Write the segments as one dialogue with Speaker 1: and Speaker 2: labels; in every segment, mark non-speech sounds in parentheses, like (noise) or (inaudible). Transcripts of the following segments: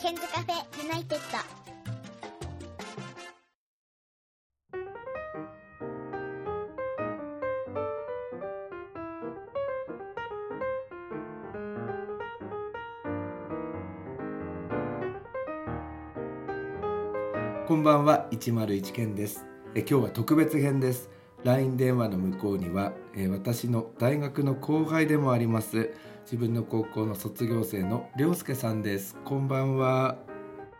Speaker 1: ケンズカフェユナイテッド。
Speaker 2: こんばんは101件ですえ今日は特別編です LINE 電話の向こうにはえ私の大学の後輩でもあります自分の高校の卒業生の涼介さんですこんばんは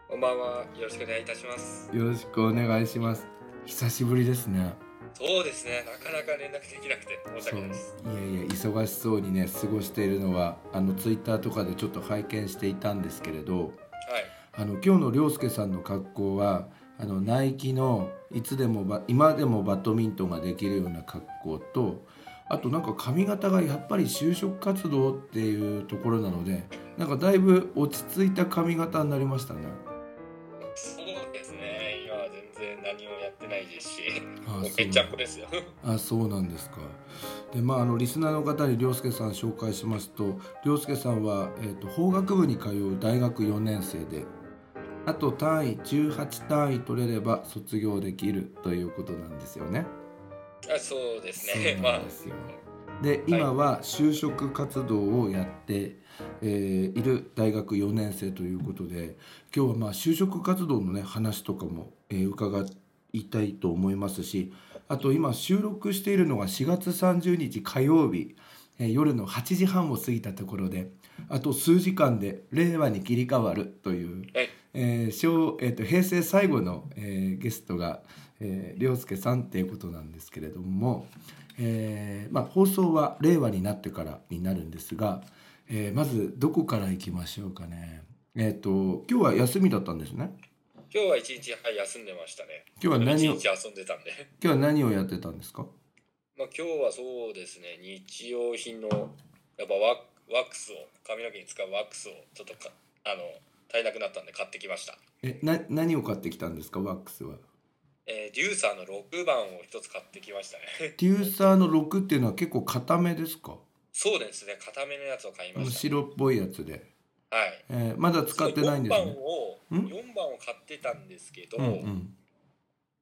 Speaker 3: こんばんは。よろしくお願いいたします。
Speaker 2: よろしくお願いします久しぶりですね
Speaker 3: そうですね。なかなか連絡できなくて申し
Speaker 2: そう
Speaker 3: 訳
Speaker 2: い
Speaker 3: な
Speaker 2: や
Speaker 3: い
Speaker 2: いや
Speaker 3: です。
Speaker 2: 忙しそうにね過ごしているのはあのツイッターとかでちょっと拝見していたんですけれど
Speaker 3: はい。
Speaker 2: あの今日の涼介さんの格好はあのナイキのいつでもバ今でもバドミントンができるような格好とあとなんか髪型がやっぱり就職活動っていうところなのでなんかだいぶ落ち着いた髪型になりましたね。
Speaker 3: そうですね。今は全然何もやってないですし、
Speaker 2: あ
Speaker 3: も
Speaker 2: そう
Speaker 3: うぺっちゃんこですよ。 (laughs)
Speaker 2: あそうなんですか。でまああのリスナーの方に涼介さん紹介しますと涼介さんは、えー、と法学部に通う大学4年生であと単位18単位取れれば卒業できるということなんですよね。
Speaker 3: あそうですね。
Speaker 2: そう
Speaker 3: ま
Speaker 2: な
Speaker 3: あ
Speaker 2: ん
Speaker 3: (laughs)
Speaker 2: ですよで今は就職活動をやって、えーいる大学4年生ということで今日はまあ就職活動のね話とかも、えー伺いたいと思いますしあと今収録しているのが4月30日火曜日、えー夜の8時半を過ぎたところであと数時間で令和に切り替わるという
Speaker 3: はい。
Speaker 2: えー昭えー、と平成最後の、えーゲストが、えー、涼介さんっていうことなんですけれども、えーまあ、放送は令和になってからになるんですが、えーまずどこから行きましょうかね。えっ、と今日は休みだったんですね。
Speaker 3: 今日は一日はい休んでましたね。
Speaker 2: 今日は何を
Speaker 3: 一日遊んでたんで。 (laughs)
Speaker 2: 今日は何をやってたんですか。
Speaker 3: まあ今日はそうですね。日用品のやっぱワワックスを髪の毛に使うワックスをちょっとかあの足りなくなったんで買ってきました。
Speaker 2: えな何を買ってきたんですかワックスは。
Speaker 3: えー、デューサーの6番を一つ買ってきましたね。 (laughs)
Speaker 2: デューサーの6っていうのは結構固めですか。
Speaker 3: そうですね。固めのやつを買いました。
Speaker 2: 白っぽいやつで、
Speaker 3: はい。
Speaker 2: えーまだ使ってないんですね。
Speaker 3: 4
Speaker 2: ん
Speaker 3: 番を4番を買ってたんですけど、
Speaker 2: うんうん。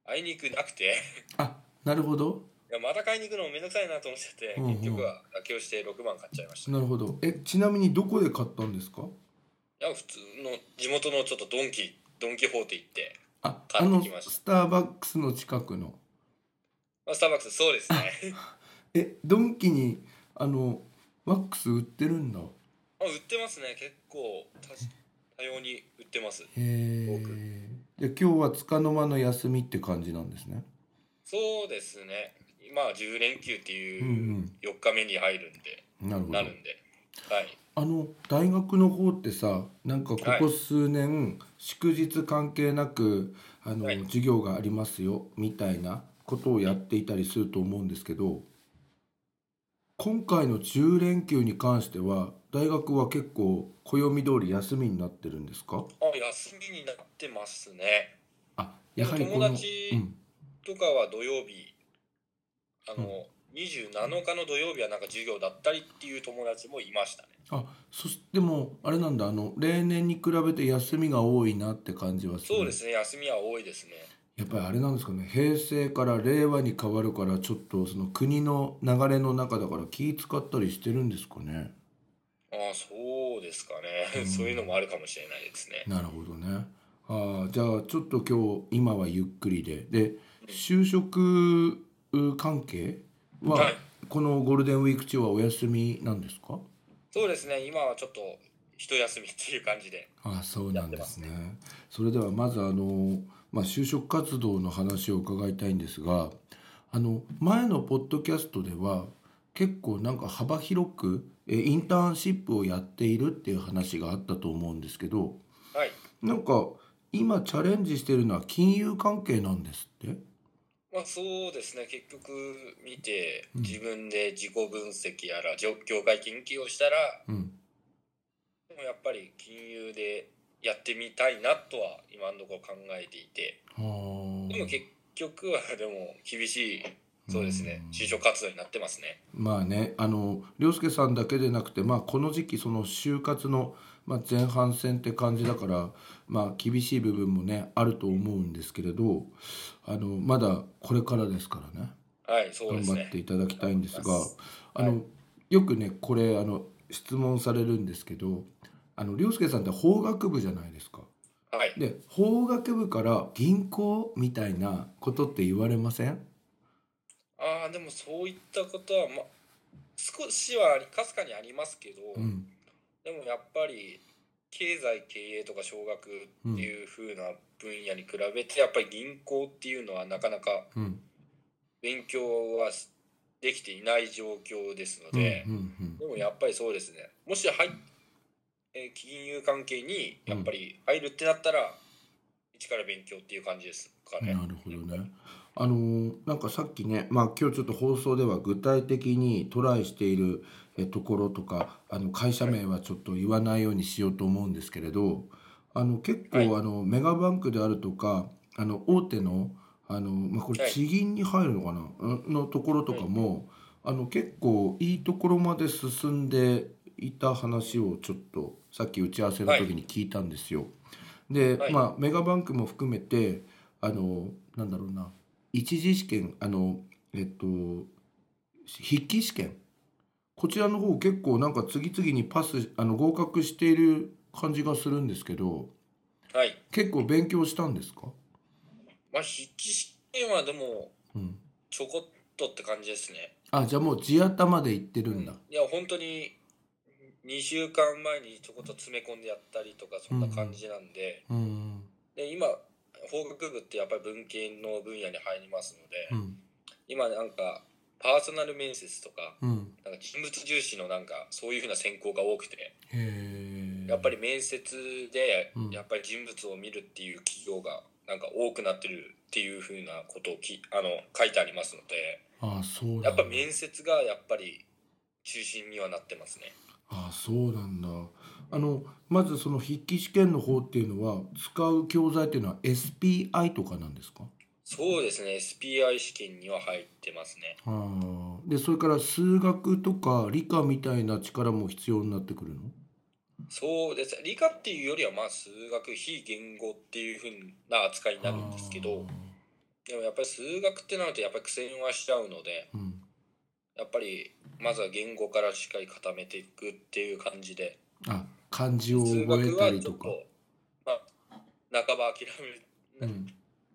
Speaker 3: あいにくなくて
Speaker 2: あなるほど。
Speaker 3: いやまた買いに行くのもめんどくさいなと思っちゃって、
Speaker 2: うんうん
Speaker 3: 結局は妥協して6番買っちゃいました、
Speaker 2: なるほど。え、ちなみにどこで買ったんですか。
Speaker 3: いや普通の地元のちょっとドンキドン・キホーテ行って、
Speaker 2: あ、あ
Speaker 3: 買っ
Speaker 2: の
Speaker 3: てきました
Speaker 2: スターバックスの近くの。
Speaker 3: まあ、スターバックスそうですね
Speaker 2: (laughs) え、ドンキに、あの、ワックス売ってるんだ。
Speaker 3: あ売ってますね結構多多様に売ってます
Speaker 2: へえ。で、今日は束の間の休みって感じなんですね。
Speaker 3: そうですねまあ10連休ってい
Speaker 2: うんう
Speaker 3: ううん4日目に入るんで、
Speaker 2: なるほど
Speaker 3: な。るんではい
Speaker 2: あの大学の方ってさなんかここ数年、祝日関係なくあの、
Speaker 3: はい
Speaker 2: 授業がありますよみたいなことをやっていたりすると思うんですけど今回の10連休に関しては大学は結構暦通り休みになってるんですか
Speaker 3: あ休みになってますね
Speaker 2: あやはりこの、
Speaker 3: 友達
Speaker 2: うん、
Speaker 3: とかは土曜日あの、27日の土曜日はなんか授業だったりっていう友達もいましたね
Speaker 2: あそしでもあれなんだあの例年に比べて休みが多いなって感じはする
Speaker 3: そうですね休みは多いですね
Speaker 2: やっぱりあれなんですかね平成から令和に変わるからちょっとその国の流れの中だから気使ったりしてるんですかね
Speaker 3: ああそうですかね、
Speaker 2: うん
Speaker 3: そういうのもあるかもしれないですね
Speaker 2: なるほどねあーじゃあちょっと今日今はゆっくりでで就職う関係
Speaker 3: は
Speaker 2: はいこのゴールデンウィーク中はお休みなんですか
Speaker 3: そうですね今はちょっと一休みっていう感じで
Speaker 2: あそうなんですねそれではまずあの、まあ、就職活動の話を伺いたいんですがあの前のポッドキャストでは結構なんか幅広くえインターンシップをやっているっていう話があったと思うんですけど
Speaker 3: はい
Speaker 2: なんか今チャレンジしてるのは金融関係なんですって
Speaker 3: まあそうですね結局見て
Speaker 2: うん
Speaker 3: 自分で自己分析やら業業界研究をしたら
Speaker 2: うん
Speaker 3: でもやっぱり金融でやってみたいなとは今のところ考えていて
Speaker 2: あー
Speaker 3: (laughs) でも結局はでも厳しいそうですね就職活動になってますね
Speaker 2: まあねあの涼介さんだけでなくて、まあ、この時期その就活の、まあ、前半戦って感じだから、まあ、厳しい部分もねあると思うんですけれどあのまだこれからですからね
Speaker 3: はいそう
Speaker 2: 頑
Speaker 3: で
Speaker 2: 張
Speaker 3: す
Speaker 2: っ
Speaker 3: ね
Speaker 2: ていただきたいんですが
Speaker 3: 頑張り
Speaker 2: あのよくねこれあの質問されるんですけどあの涼介さんって法学部じゃないですか。
Speaker 3: はい
Speaker 2: で法学部から銀行みたいなことって言われません
Speaker 3: ああでもそういったことは、ま、少しはありかすかにありますけど、
Speaker 2: うん
Speaker 3: でもやっぱり経済経営とか少額っていう風な分野に比べてやっぱり銀行っていうのはなかなか
Speaker 2: うん
Speaker 3: 勉強はしできていない状況ですの
Speaker 2: うん
Speaker 3: で
Speaker 2: う、んうん
Speaker 3: でもやっぱりそうですねもし入っ、えー金融関係にやっぱり入るってなったら、一から勉強っていう感じですかね。
Speaker 2: なるほどね。あのーなんかさっきね、まあ、今日ちょっと放送では具体的にトライしているえところとかあの会社名はちょっと言わないようにしようと思うんですけれどあの結構、
Speaker 3: はい
Speaker 2: あのメガバンクであるとかあの大手のあの、まあ、こ
Speaker 3: は
Speaker 2: れ
Speaker 3: い
Speaker 2: 地銀に入るのかな、うんのところとかも、あの結構いいところまで進んでいた話をちょっとさっき打ち合わせの時に聞いたんですよ。で、
Speaker 3: はい
Speaker 2: まあメガバンクも含めてあのなんだろうな一次試験あのえっと筆記試験こちらの方結構なんか次々にパスあの合格している感じがするんですけど
Speaker 3: はい。
Speaker 2: 結構勉強したんですか、
Speaker 3: まあ筆記試験はでも
Speaker 2: うん、
Speaker 3: ちょこっとって感じですね。
Speaker 2: あじゃあもう地頭で行ってるんだ、
Speaker 3: いや本当に2週間前にちょこっと詰め込んでやったりとかそんな感じなんで,、
Speaker 2: うん
Speaker 3: で今法学部ってやっぱり文系の分野に入りますので、
Speaker 2: うん
Speaker 3: 今なんかパーソナル面接とか
Speaker 2: うん、
Speaker 3: なんか人物重視のなんかそういうふうな選考が多くて
Speaker 2: へえ
Speaker 3: やっぱり面接で
Speaker 2: うん
Speaker 3: やっぱり人物を見るっていう企業がなんか多くなってるっていうふうなことをきあの書いてありますので
Speaker 2: あそうなんだ
Speaker 3: やっぱ面接がやっぱり中心にはなってますね。
Speaker 2: あそうなんだあのまずその筆記試験の方っていうのは使う教材っていうのは SPI とかなんですか
Speaker 3: そうですね SPI 試験には入ってますね
Speaker 2: あーでそれから数学とか理科みたいな力も必要になってくるの
Speaker 3: そうです理科っていうよりはまあ数学非言語っていう風な扱いになるんですけどでもやっぱり数学ってなるとやっぱり苦戦はしちゃうので
Speaker 2: あーうん、
Speaker 3: やっぱりまずは言語からしっかり固めていくっていう感じで
Speaker 2: あ漢字を
Speaker 3: 数
Speaker 2: 覚え
Speaker 3: 学
Speaker 2: た
Speaker 3: は
Speaker 2: り
Speaker 3: ち
Speaker 2: と
Speaker 3: ょっ
Speaker 2: か
Speaker 3: とまあ半ば諦
Speaker 2: う
Speaker 3: め
Speaker 2: ん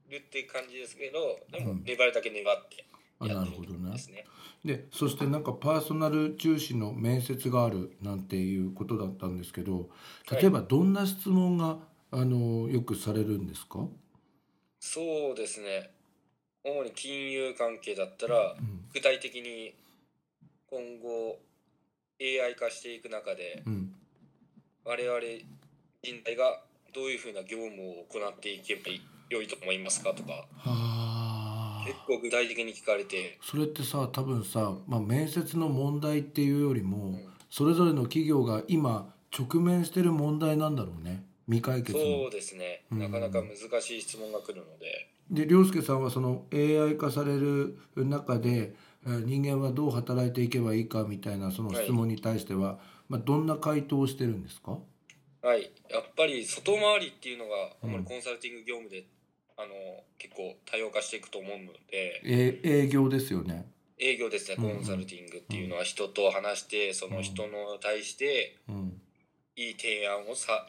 Speaker 3: るっていう感じですけどで
Speaker 2: う
Speaker 3: も
Speaker 2: ん
Speaker 3: 粘るだけ粘って
Speaker 2: あ
Speaker 3: や
Speaker 2: な
Speaker 3: っ
Speaker 2: る
Speaker 3: てる
Speaker 2: ほど
Speaker 3: ん
Speaker 2: ね
Speaker 3: ですね。
Speaker 2: でそしてなんかパーソナル重視の面接があるなんていうことだったんですけど例えばどんな質問が、あのよくされるんですか、
Speaker 3: そうですね主に金融関係だったら
Speaker 2: うん
Speaker 3: 具体的に今後 AI 化していく中で
Speaker 2: うん
Speaker 3: 我々人材がどういうふうな業務を行っていけば良いと思いますかとか
Speaker 2: はあ
Speaker 3: 結構具体的に聞かれて、
Speaker 2: それってさ多分さ、まあ、面接の問題っていうよりも、
Speaker 3: うん
Speaker 2: それぞれの企業が今直面してる問題なんだろうね未解決
Speaker 3: そ
Speaker 2: の
Speaker 3: う。ですね
Speaker 2: うん
Speaker 3: なかなか難しい質問が来るので
Speaker 2: で涼介さんはその AI 化される中でえー人間はどう働いていけばいいかみたいなその質問に対しては、まあ、どんな回答をしてるんですか、
Speaker 3: はいやっぱり外回りっていうのが
Speaker 2: うん
Speaker 3: 主にコンサルティング業務であの結構多様化していくと思うので。
Speaker 2: えー営業ですよね。
Speaker 3: 営業ですね
Speaker 2: うん
Speaker 3: コンサルティングっていうのは人と話してその人の対して
Speaker 2: うん
Speaker 3: いい提案をさ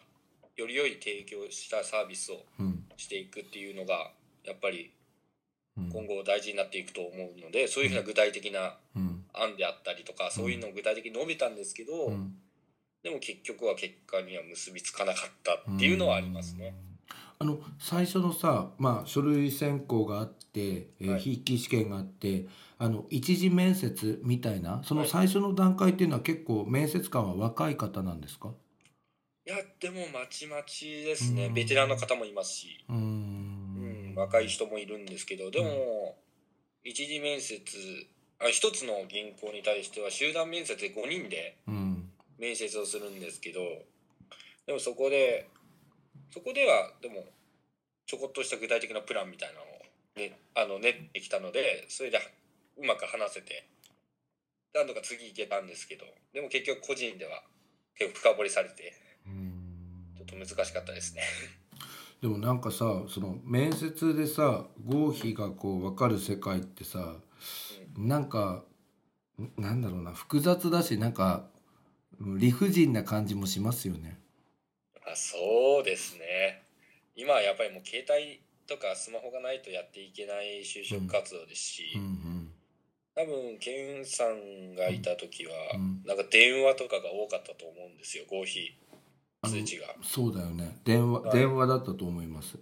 Speaker 3: より良い提供したサービスを
Speaker 2: うん
Speaker 3: していくっていうのがやっぱり
Speaker 2: うん
Speaker 3: 今後大事になっていくと思うのでそういうふうな具体的な
Speaker 2: うん
Speaker 3: 案であったりとかそういうのを具体的に述べたんですけど
Speaker 2: うん
Speaker 3: でも結局は結果には結びつかなかったっていうのはありますね。
Speaker 2: あの最初のさ、まあ、書類選考があって、えー
Speaker 3: はい
Speaker 2: 筆記試験があってあの一次面接みたいなその
Speaker 3: はい
Speaker 2: 最初の段階っていうのは結構面接官は若い方なんですか
Speaker 3: いやでもまちまちですね
Speaker 2: うん
Speaker 3: ベテランの方もいますし
Speaker 2: うーん
Speaker 3: うん、若い人もいるんですけどでも、一次面接あ一つの銀行に対しては集団面接で5人で
Speaker 2: うん
Speaker 3: 面接をするんですけどでもそこでそこではでもちょこっとした具体的なプランみたいなのを、ね、あの練ってきたのでそれでうまく話せて何度か次行けたんですけどでも結局個人では結構深掘りされてちょっと難しかったですね。
Speaker 2: (laughs) でもなんかさその面接でさ合否がこう分かる世界ってさなんかんなんだろうな複雑だしなんかうん理不尽な感じもしますよね。
Speaker 3: あそうですね今はやっぱりもう携帯とかスマホがないとやっていけない就職活動ですし、
Speaker 2: うん
Speaker 3: 多分ケンさんがいた時は、
Speaker 2: うん
Speaker 3: なんか電話とかが多かったと思うんですよ合否
Speaker 2: あの
Speaker 3: 通知が
Speaker 2: そうだよね電話電話だったと思います。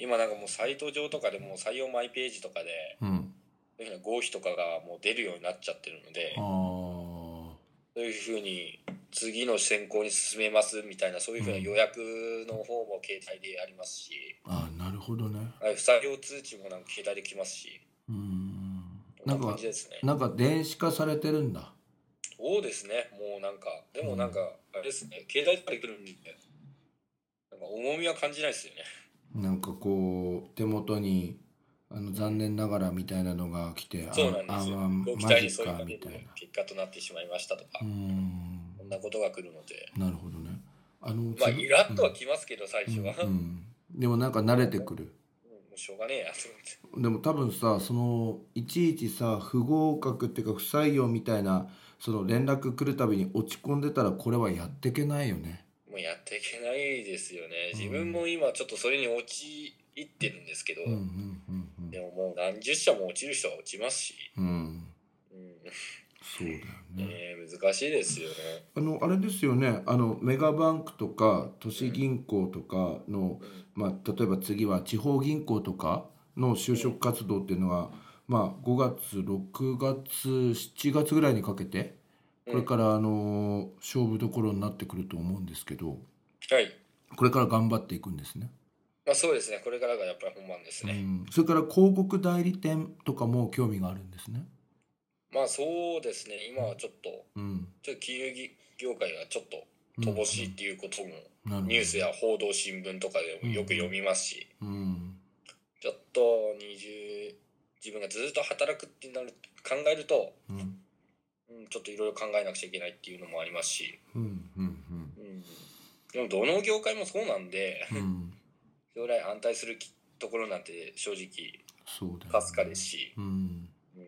Speaker 3: 今なんかもうサイト上とかでもう採用マイページとかで
Speaker 2: うん、
Speaker 3: そういうふうな合否とかがもう出るようになっちゃってるので
Speaker 2: あー
Speaker 3: そういうふうに次の選考に進めますみたいなそういうふうな予約の方も携帯でありますし、
Speaker 2: あーなるほどね。
Speaker 3: はい不採用通知もなんか携帯で来ますし
Speaker 2: うん
Speaker 3: こ
Speaker 2: なんん
Speaker 3: な感
Speaker 2: か
Speaker 3: じですね。
Speaker 2: なんか電子化されてるんだ。
Speaker 3: そうですね、もうなんか、でもなんか、あれですね、携帯とかで来るんで、なんか重みは感じないですよね。
Speaker 2: なんかこう手元にあの残念ながらみたいなのが来て、あ
Speaker 3: そうなんですよ。
Speaker 2: あ
Speaker 3: ご期
Speaker 2: マ
Speaker 3: 待に
Speaker 2: ジ
Speaker 3: そういう
Speaker 2: か
Speaker 3: 感
Speaker 2: み
Speaker 3: じ
Speaker 2: たいな
Speaker 3: で。結果となってしまいましたとか、
Speaker 2: うーん
Speaker 3: こんなことが来るので、
Speaker 2: なるほどね。あの
Speaker 3: まあ、
Speaker 2: 次
Speaker 3: イラッとはきますけど、最初は。
Speaker 2: うんうんでもなんか慣れてくる。
Speaker 3: もうしょうがねえやと思って。
Speaker 2: でも多分さそのいちいちさ不合格っていうか不採用みたいなその連絡来るたびに落ち込んでたらこれはやってけないよね。
Speaker 3: もうやっていけないですよね。
Speaker 2: うん
Speaker 3: 自分も今、ちょっとそれに陥ってるんですけど、
Speaker 2: うんうんうん
Speaker 3: でももう何十社も落ちる人は落ちますし、
Speaker 2: うん。うん
Speaker 3: うん
Speaker 2: そうだよね。
Speaker 3: ねえ難しいですよね。
Speaker 2: あのあれですよねあのメガバンクとか都市銀行とかの、
Speaker 3: うん
Speaker 2: まあ、例えば次は地方銀行とかの就職活動っていうのは、まあ、5月6月7月ぐらいにかけてこれからあの勝負どころになってくると思うんですけど
Speaker 3: はい。
Speaker 2: これから頑張っていくんですね。
Speaker 3: まあそうですね、これからがやっぱり本番です
Speaker 2: う
Speaker 3: ね。
Speaker 2: ん、それから広告代理店とかも興味があるんですね。
Speaker 3: まあそうですね、今はちょっと、
Speaker 2: うん、
Speaker 3: ちょっと金融業界がちょっと乏しいっていうことも、
Speaker 2: なるほど
Speaker 3: ニュースや報道、新聞とかでもよく読みますし、
Speaker 2: うん
Speaker 3: ちょっと20、自分がずっと働くってなる考えると、
Speaker 2: うん
Speaker 3: うん、ちょっといろいろ考えなくちゃいけないっていうのもありますし、
Speaker 2: うんうん
Speaker 3: うん、でもどの業界もそうなんで、
Speaker 2: うんうん
Speaker 3: 将来安泰するきところなんて正直、
Speaker 2: そうだよね
Speaker 3: かすかですし、
Speaker 2: うん、
Speaker 3: うん、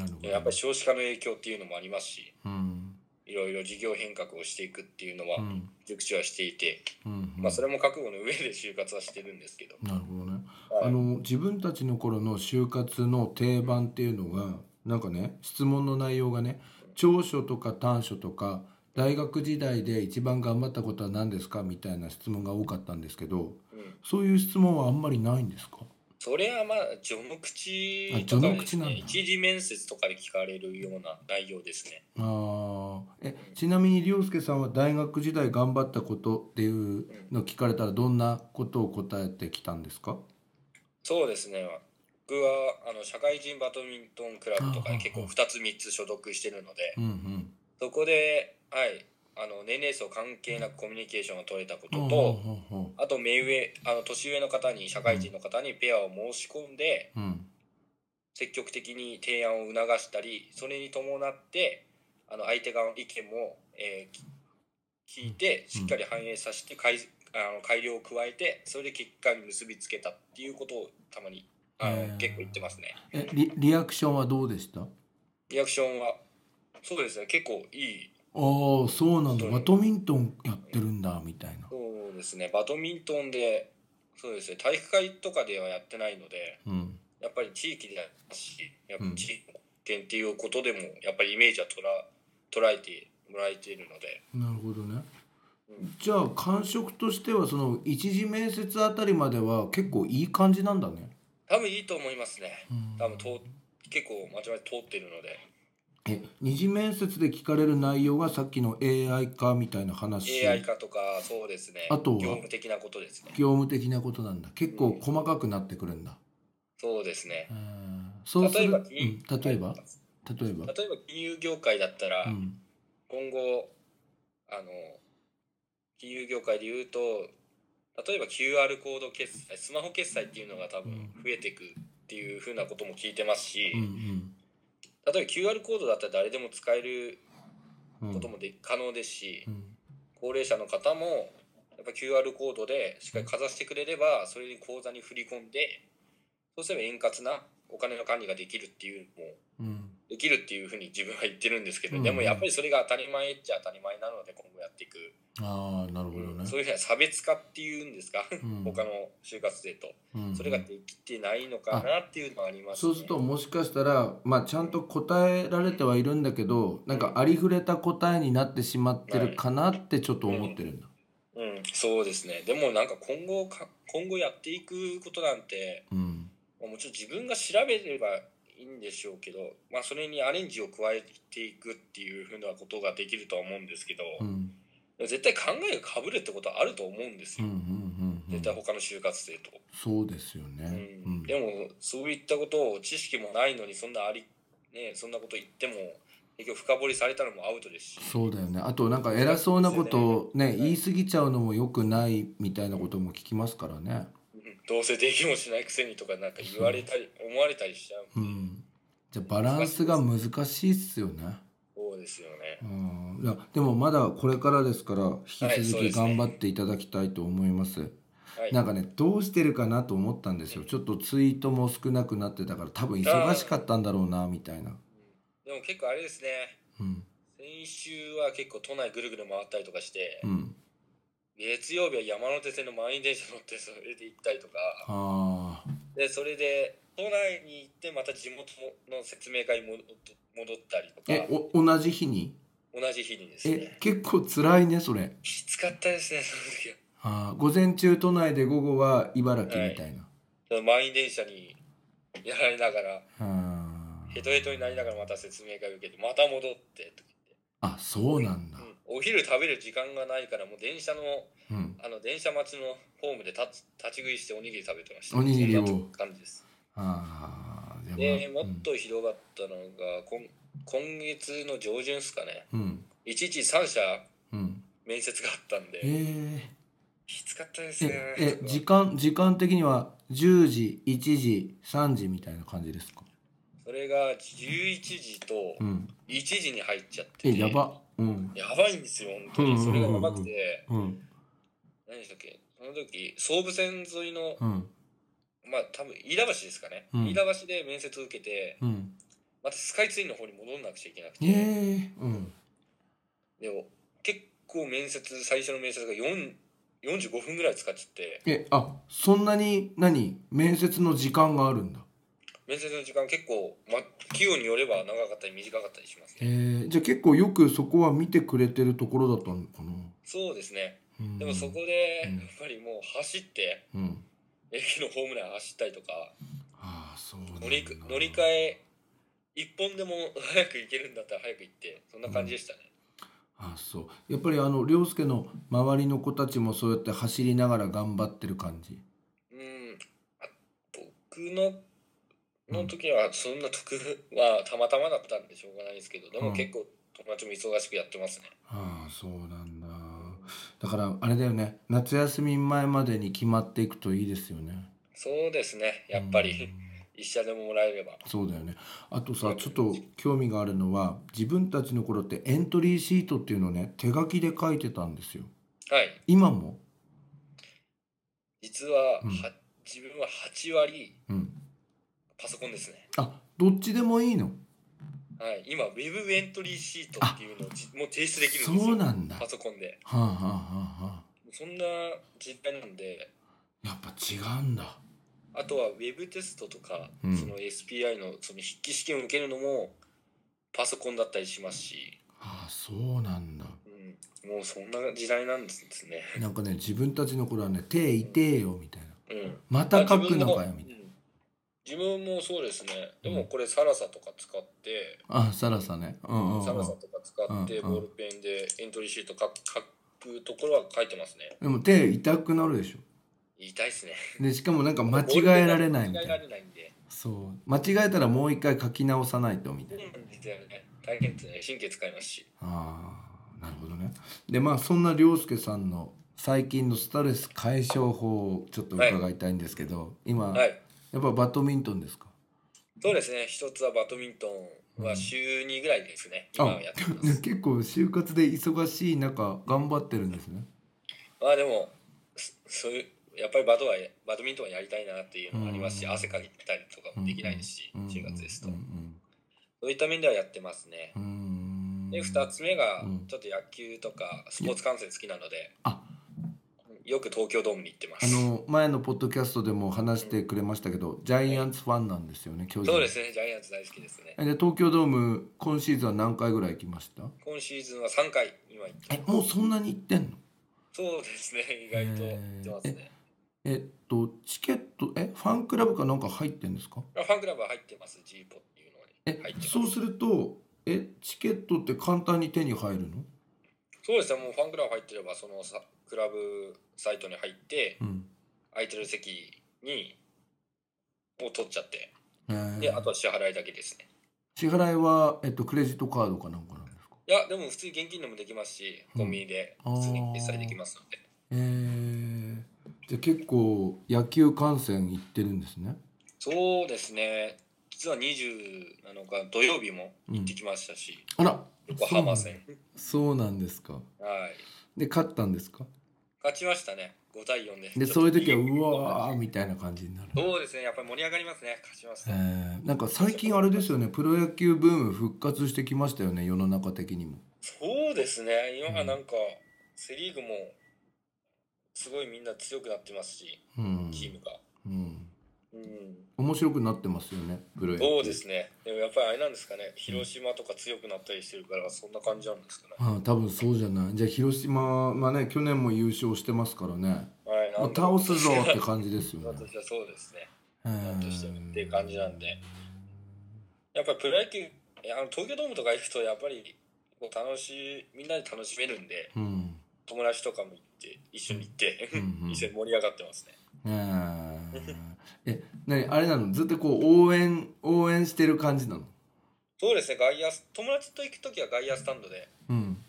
Speaker 2: なるほど
Speaker 3: やっぱり少子化の影響っていうのもありますし、
Speaker 2: うん
Speaker 3: いろいろ事業変革をしていくっていうのは、
Speaker 2: うん
Speaker 3: 熟知はしていて、
Speaker 2: うん
Speaker 3: まあ、それも覚悟の上で就活はしてるんですけど、
Speaker 2: なるほどね、
Speaker 3: はい
Speaker 2: あの自分たちの頃の就活の定番っていうのがなんかね質問の内容がね長所とか短所とか大学時代で一番頑張ったことは何ですかみたいな質問が多かったんですけど
Speaker 3: うん、
Speaker 2: そういう質問はあんまりないんですか
Speaker 3: それはまあ序の口と
Speaker 2: あ序
Speaker 3: か
Speaker 2: の
Speaker 3: で
Speaker 2: 口
Speaker 3: す
Speaker 2: なんだ
Speaker 3: ね一次面接とかで聞かれるような内容ですね
Speaker 2: あーえちなみに涼介さんは大学時代頑張ったことっていうの聞かれたらどんなことを答えてきたんですか
Speaker 3: そうですね僕はあの社会人バドミントンクラブと
Speaker 2: あ
Speaker 3: かに
Speaker 2: あ
Speaker 3: 結構2つ3つ所属してるので
Speaker 2: うんうん
Speaker 3: そこで、はい、あの年齢層関係なくコミュニケーションを取れたこ
Speaker 2: ほ
Speaker 3: と
Speaker 2: う
Speaker 3: と
Speaker 2: ほうほ
Speaker 3: あと目上あの年上の方に社会人の方にペアを申し込んで
Speaker 2: ううん
Speaker 3: 積極的に提案を促したりそれに伴ってあの相手側の意見も、えーき聞いてしっかり反映させて改あの改良を加えてそれで結果に結びつけたっていうことをたまにあの、
Speaker 2: えー
Speaker 3: 結構言ってますね。
Speaker 2: えリリアクションはどうでした
Speaker 3: リアクションはそうですね結構いい
Speaker 2: ああそうなんだ
Speaker 3: そう
Speaker 2: バドミントンやってるんだみたいな
Speaker 3: そうですねバドミントンでそうですね体育会とかではやってないので
Speaker 2: うん
Speaker 3: やっぱり地域でありますしやっぱ
Speaker 2: うん
Speaker 3: 地域の点っていうことでもやっぱりイメージはとら捉えてもらえているので。
Speaker 2: なるほどね
Speaker 3: うん
Speaker 2: じゃあ感触としてはその一次面接あたりまでは結構いい感じなんだね
Speaker 3: 多分いいと思いますね。
Speaker 2: うん
Speaker 3: 多分通結構まちまち通ってるので、
Speaker 2: え二次面接で聞かれる内容がさっきの AI 化みたいな話
Speaker 3: AI 化とかそうですね。
Speaker 2: あとは
Speaker 3: 業務的なことですね。
Speaker 2: 業務的なことなんだ結構細かくなってくるんだ、
Speaker 3: そうですね。
Speaker 2: うん、そうす
Speaker 3: 例え
Speaker 2: る
Speaker 3: ば
Speaker 2: うん、例えば例えば
Speaker 3: 例えば金融業界だったら、
Speaker 2: うん
Speaker 3: 今後あの金融業界で言うと例えば QR コード決済スマホ決済っていうのが多分増えていくっていうふうなことも聞いてますし、
Speaker 2: うん
Speaker 3: 例えば QR コードだったら誰でも使える
Speaker 2: うん
Speaker 3: こともで、可能ですし
Speaker 2: うん
Speaker 3: 高齢者の方もやっぱ QR コードでしっかりかざしてくれればそれに口座に振り込んでそうすれば円滑なお金の管理ができるっていうのも
Speaker 2: うん
Speaker 3: できるっていうふうに自分は言ってるんですけど、
Speaker 2: うん
Speaker 3: でもやっぱりそれが当たり前っちゃ当たり前なので今後やっていく、
Speaker 2: ああなるほどね
Speaker 3: そういうふうな差別化っていうんですか、
Speaker 2: うん
Speaker 3: 他の就活生と
Speaker 2: うん
Speaker 3: それができてないのかなっていうのはあります
Speaker 2: そ
Speaker 3: ね。
Speaker 2: うするともしかしたら、まあ、ちゃんと答えられてはいるんだけどなんかありふれた答えになってしまってるかなってちょっと思ってるんだ。
Speaker 3: うん、そうですね。でもなんか今後か、今後やっていくことなんて、
Speaker 2: うん
Speaker 3: まあもちろん自分が調べればいいんでしょうけど、まあそれにアレンジを加えていくっていうふうなことができるとは思うんですけど、
Speaker 2: うん
Speaker 3: 絶対考えが被るってことはあると思うんです
Speaker 2: うんう
Speaker 3: よ。
Speaker 2: んうんう
Speaker 3: 絶対
Speaker 2: ん
Speaker 3: 他の就活生と。
Speaker 2: そうですよ
Speaker 3: う、
Speaker 2: ね。うんん
Speaker 3: でもそういったことを知識もないのにそんなあり、ね、そんなこと言っても結局深掘りされたのもアウトですし。
Speaker 2: そうだよねあとなんか偉そうなことをね言い過ぎちゃうのも良くないみたいなことも聞きますからね。
Speaker 3: うんどうせできもしないくせにとかなんか言われたり思われたりしちゃう
Speaker 2: うん、じゃあバランスが難しいっすよね。
Speaker 3: そうですよね
Speaker 2: うんいやでもまだこれからですから引
Speaker 3: はい
Speaker 2: き
Speaker 3: そ
Speaker 2: 続
Speaker 3: うで
Speaker 2: き
Speaker 3: すね
Speaker 2: 頑張っていただきたいと思います。
Speaker 3: はい
Speaker 2: なんかねどうしてるかなと思ったんですよちょっとツイートも少なくなってたから多分忙しかったんだろうなみたいな、
Speaker 3: でも結構あれですね
Speaker 2: うん
Speaker 3: 先週は結構都内ぐるぐる回ったりとかして、
Speaker 2: うん、
Speaker 3: 月曜日は山手線の満員電車乗ってそれで行ったりとか
Speaker 2: あー
Speaker 3: でそれで都内に行ってまた地元の説明会に戻っ戻ったりと
Speaker 2: え
Speaker 3: か
Speaker 2: お同じ日に
Speaker 3: 同じ日にです
Speaker 2: え
Speaker 3: ね
Speaker 2: 結構辛いねそれ
Speaker 3: きつかったですねその時は
Speaker 2: あー午前中都内で午後は茨城みたいな、
Speaker 3: その満員電車にやられながら
Speaker 2: あー
Speaker 3: ヘトヘトになりながらまた説明会を受けてまた戻ってとか
Speaker 2: あそうなんだ、
Speaker 3: うんお昼食べる時間がないからもう電車の
Speaker 2: うん、
Speaker 3: あの電車待ちのホームで立つ立ち食いしておにぎり食べてました
Speaker 2: おにぎりを
Speaker 3: そんな感じです
Speaker 2: ああ
Speaker 3: でもっとひどかったのが今今月の上旬ですかね
Speaker 2: うん
Speaker 3: 113社
Speaker 2: うん、うん、
Speaker 3: 面接があったんで
Speaker 2: えー
Speaker 3: きつかったですね
Speaker 2: ええ時間時間的には10時1時3時みたいな感じですか
Speaker 3: それが11時と
Speaker 2: うん
Speaker 3: 1時に入っちゃって
Speaker 2: えやばうん
Speaker 3: やばいんですよ本当
Speaker 2: うん
Speaker 3: にそれがやばくて
Speaker 2: うん
Speaker 3: 何でしたっけその時総武線沿いの
Speaker 2: うん
Speaker 3: まあ多分飯田橋ですかね、
Speaker 2: うん
Speaker 3: 飯田橋で面接を受けて
Speaker 2: うん
Speaker 3: またスカイツリーの方に戻んなくちゃいけなくて、
Speaker 2: ええうん
Speaker 3: でも結構面接最初の面接が4 45分ぐらい使っちゃって
Speaker 2: えあそんなに何面接の時間があるんだ
Speaker 3: 面接の時間結構、ま、企業によれば長かったり短かったりします
Speaker 2: え
Speaker 3: ね
Speaker 2: ー、じゃあ結構よくそこは見てくれてるところだったのかな、
Speaker 3: そうですね
Speaker 2: うん、
Speaker 3: でもそこでや
Speaker 2: うん
Speaker 3: っぱりもう走って
Speaker 2: うん
Speaker 3: 駅のホームラン走ったりとか
Speaker 2: ああそうなんだ
Speaker 3: 乗り乗り換え一本でも早く行けるんだったら早く行ってそんな感じでしたね、
Speaker 2: あそうやっぱりあの涼介の周りの子たちもそうやって走りながら頑張ってる感じ
Speaker 3: うん、あ僕のの時はそんな得はたまたまだったんでしょうがないですけどで
Speaker 2: う
Speaker 3: も
Speaker 2: ん
Speaker 3: 結構友達も忙しくやってますね、
Speaker 2: ああそうなんだだからあれだよね夏休み前までに決まっていくといいですよね
Speaker 3: そうですねやっぱ
Speaker 2: う
Speaker 3: り (laughs)
Speaker 2: ん
Speaker 3: 一社でももらえれば
Speaker 2: そうだよねあとさちょっと興味があるのは自分たちの頃ってエントリーシートっていうのをね手書きで書いてたんですよ
Speaker 3: はい
Speaker 2: 今も
Speaker 3: 実は,、
Speaker 2: うん
Speaker 3: は自分は8割
Speaker 2: うん
Speaker 3: パソコンですね
Speaker 2: あどっちでもいいの
Speaker 3: はい今ウェブエントリーシートっていうのをじもう提出できるんですよ
Speaker 2: そうなんだは
Speaker 3: パソコンで
Speaker 2: あ、はあはあは
Speaker 3: そんな実態なんで
Speaker 2: あ、やっぱ違うんだ
Speaker 3: あとはウェブテストとか、
Speaker 2: うん
Speaker 3: その SPI のその筆記試験を受けるのもパソコンだったりしますし、
Speaker 2: ああそうなんだ
Speaker 3: うん、もうそんな時代なんですね。
Speaker 2: なんかね自分たちの頃はね手いてえよみたいな
Speaker 3: うん、
Speaker 2: また書くのかよみたいな
Speaker 3: うん自分もそうですね。でもこれサラサとか使って、
Speaker 2: あサラサねうんうん、うん、
Speaker 3: サラサとか使って
Speaker 2: うん
Speaker 3: ボールペンでエントリーシート書く書くところは書いてますね。
Speaker 2: でも手痛くなるでしょ
Speaker 3: 痛いですね。
Speaker 2: でしかもなん (laughs) か間違えられないみ
Speaker 3: 間
Speaker 2: たい
Speaker 3: 違えら
Speaker 2: な
Speaker 3: れないんで。
Speaker 2: そう間違えたらもう一回書き直さないとみた
Speaker 3: う、
Speaker 2: いなん
Speaker 3: ですよね。大変ですね。神経使いますし。
Speaker 2: あーなるほどねでまあそんな涼介さんの最近のストレス解消法をちょっと伺いたいんですけど、今、
Speaker 3: はい。
Speaker 2: やっぱバドミントンですか
Speaker 3: そうですね。一つはバドミントン。は週2ぐらいですね、今
Speaker 2: あ
Speaker 3: はやってま
Speaker 2: (laughs)
Speaker 3: す
Speaker 2: 結構就活で忙しい中頑張ってるんですね。
Speaker 3: まあでもそそういうやっぱりバドはバドミントンはやりたいなっていうのもありますし、
Speaker 2: うん
Speaker 3: 汗かいたりとかもできないですし、
Speaker 2: うん
Speaker 3: 10月ですと、
Speaker 2: うん
Speaker 3: そういった面ではやってますね
Speaker 2: う、ん
Speaker 3: で2つ目が
Speaker 2: うん
Speaker 3: ちょっと野球とかスポーツ観戦好きなので、
Speaker 2: あ
Speaker 3: よく東京ドームに行ってま
Speaker 2: あ
Speaker 3: す
Speaker 2: の前のポッドキャストでも話してくれましたけど、ジャイアンツファンなんですよね。巨人
Speaker 3: そうですねジャイアンツ大好きですね
Speaker 2: えで東京ドーム今シーズンは何回ぐらい行きました？
Speaker 3: 今シーズンは3回今行って
Speaker 2: えもうそんなに行ってんの？
Speaker 3: そうですね意外と行ってますね
Speaker 2: えっとチケットえファンクラブかなんか入ってんですか？
Speaker 3: ファンクラブは入ってますジーポっていうの
Speaker 2: え
Speaker 3: に入ってます
Speaker 2: そうするとえチケットって簡単に手に入るの？
Speaker 3: そうですねもうファンクラブ入ってればそのさクラブサイトに入って
Speaker 2: うん。
Speaker 3: 空いてる席にを取っちゃって
Speaker 2: え
Speaker 3: であとは支払いだけですね
Speaker 2: 支払いはえっとクレジットカードかなんかなんですか？
Speaker 3: いやでも普通に現金でもできますし
Speaker 2: うん
Speaker 3: コンビニで普通に決済できますので、
Speaker 2: えー、じゃあ結構野球観戦行ってるんですね。
Speaker 3: そうですね実は27日土曜日も行ってきましたし、
Speaker 2: あら
Speaker 3: 横浜戦
Speaker 2: そうなんですか。
Speaker 3: はい
Speaker 2: で勝ったんですか？
Speaker 3: 勝ちましたね5対4
Speaker 2: で
Speaker 3: で
Speaker 2: そういう時はうわーみたいな感じになる。
Speaker 3: そうですねやっぱり盛り上がりますね勝ちました、
Speaker 2: えーなんか最近あれですよねプロ野球ブーム復活してきましたよね世の中的にも
Speaker 3: そうですね今はなんかセ・リーグもすごいみんな強くなってますし
Speaker 2: うん、
Speaker 3: チームが
Speaker 2: うん、
Speaker 3: うん
Speaker 2: 面白くなってますよねプロ野球
Speaker 3: そうですねでもやっぱりあれなんですかね広島とか強くなったりしてるからそんな感じなんですかね
Speaker 2: ああ多分そうじゃないじゃあ広島がね去年も優勝してますからね
Speaker 3: はい
Speaker 2: も
Speaker 3: な
Speaker 2: うん
Speaker 3: だろ
Speaker 2: 倒す
Speaker 3: う
Speaker 2: ぞって感じですよね
Speaker 3: (laughs) 私はそうですね
Speaker 2: え
Speaker 3: なんとしてもっていう感じなんでやっぱりプロ野球えあの東京ドームとか行くとやっぱりこう楽しいみんなで楽しめるんで
Speaker 2: うん
Speaker 3: 友達とかも行って一緒に行って
Speaker 2: うんうん
Speaker 3: 一緒に盛り上がってますね
Speaker 2: えええ何あれなのずっとこう応援応援してる感じなの
Speaker 3: そうですね外野ス友達と行く時は外野スタンドで
Speaker 2: うん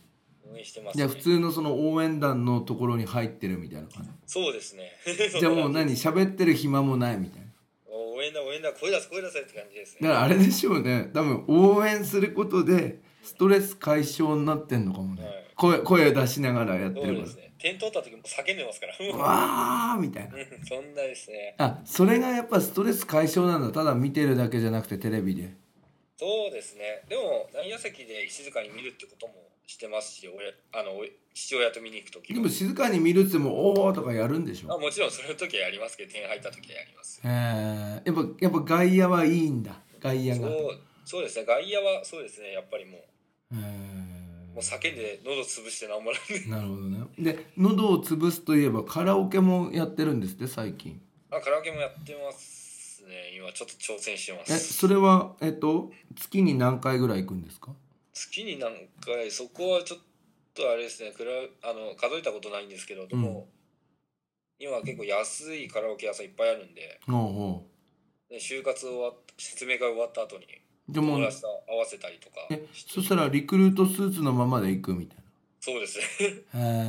Speaker 3: 応援してます、
Speaker 2: じ
Speaker 3: ね、
Speaker 2: ゃあ普通のその応援団のところに入ってるみたいな感じ
Speaker 3: そうですね
Speaker 2: じゃあもう何喋ってる暇もないみたいな。
Speaker 3: 応援だ応援だ声出せ声出せって感じです
Speaker 2: だ
Speaker 3: ね
Speaker 2: からあれでしょうね。多分応援することでストレス解消になってんのかもね。
Speaker 3: はい
Speaker 2: 声声を出しながらやって
Speaker 3: そう
Speaker 2: る
Speaker 3: で
Speaker 2: か
Speaker 3: すね点取った時も叫んでますから
Speaker 2: ら。わーみたいな。
Speaker 3: うんそんなですね
Speaker 2: あそれがやっぱストレス解消なんだただ見てるだけじゃなくてテレビで
Speaker 3: そうですねでも内野席で静かに見るってこともしてますし親あのお父親と見に行く時
Speaker 2: で
Speaker 3: も
Speaker 2: も静かに見るっつっても「おー」とかやるんでし
Speaker 3: あ
Speaker 2: ょ
Speaker 3: もちろんその時はやりますけど点入った時はやります
Speaker 2: えー、やっぱやっぱ外野はいいんだ外野
Speaker 3: そ
Speaker 2: が、え
Speaker 3: うそうですね外野はそうですねやっぱりもう
Speaker 2: ー
Speaker 3: もう叫んで喉潰してなんもない
Speaker 2: なるほどねで喉を潰すといえばカラオケもやってるんですって最近
Speaker 3: (laughs) あカラオケもやってますね今ちょっと挑戦してま
Speaker 2: え
Speaker 3: す
Speaker 2: それはえっと月に何回ぐらい行くんですか
Speaker 3: 月に何回そこはちょっとあれですねくらあの数えたことないんですけどでも、今結構安いカラオケ屋さんいっぱいあるんで
Speaker 2: おうお
Speaker 3: で就活終わっ説明会終わった後に
Speaker 2: うじゃあも
Speaker 3: 友
Speaker 2: う
Speaker 3: 達と合わせたりとか
Speaker 2: えそしたらリクルートスーツのままで行くみたい
Speaker 3: そうですね (laughs)
Speaker 2: なへ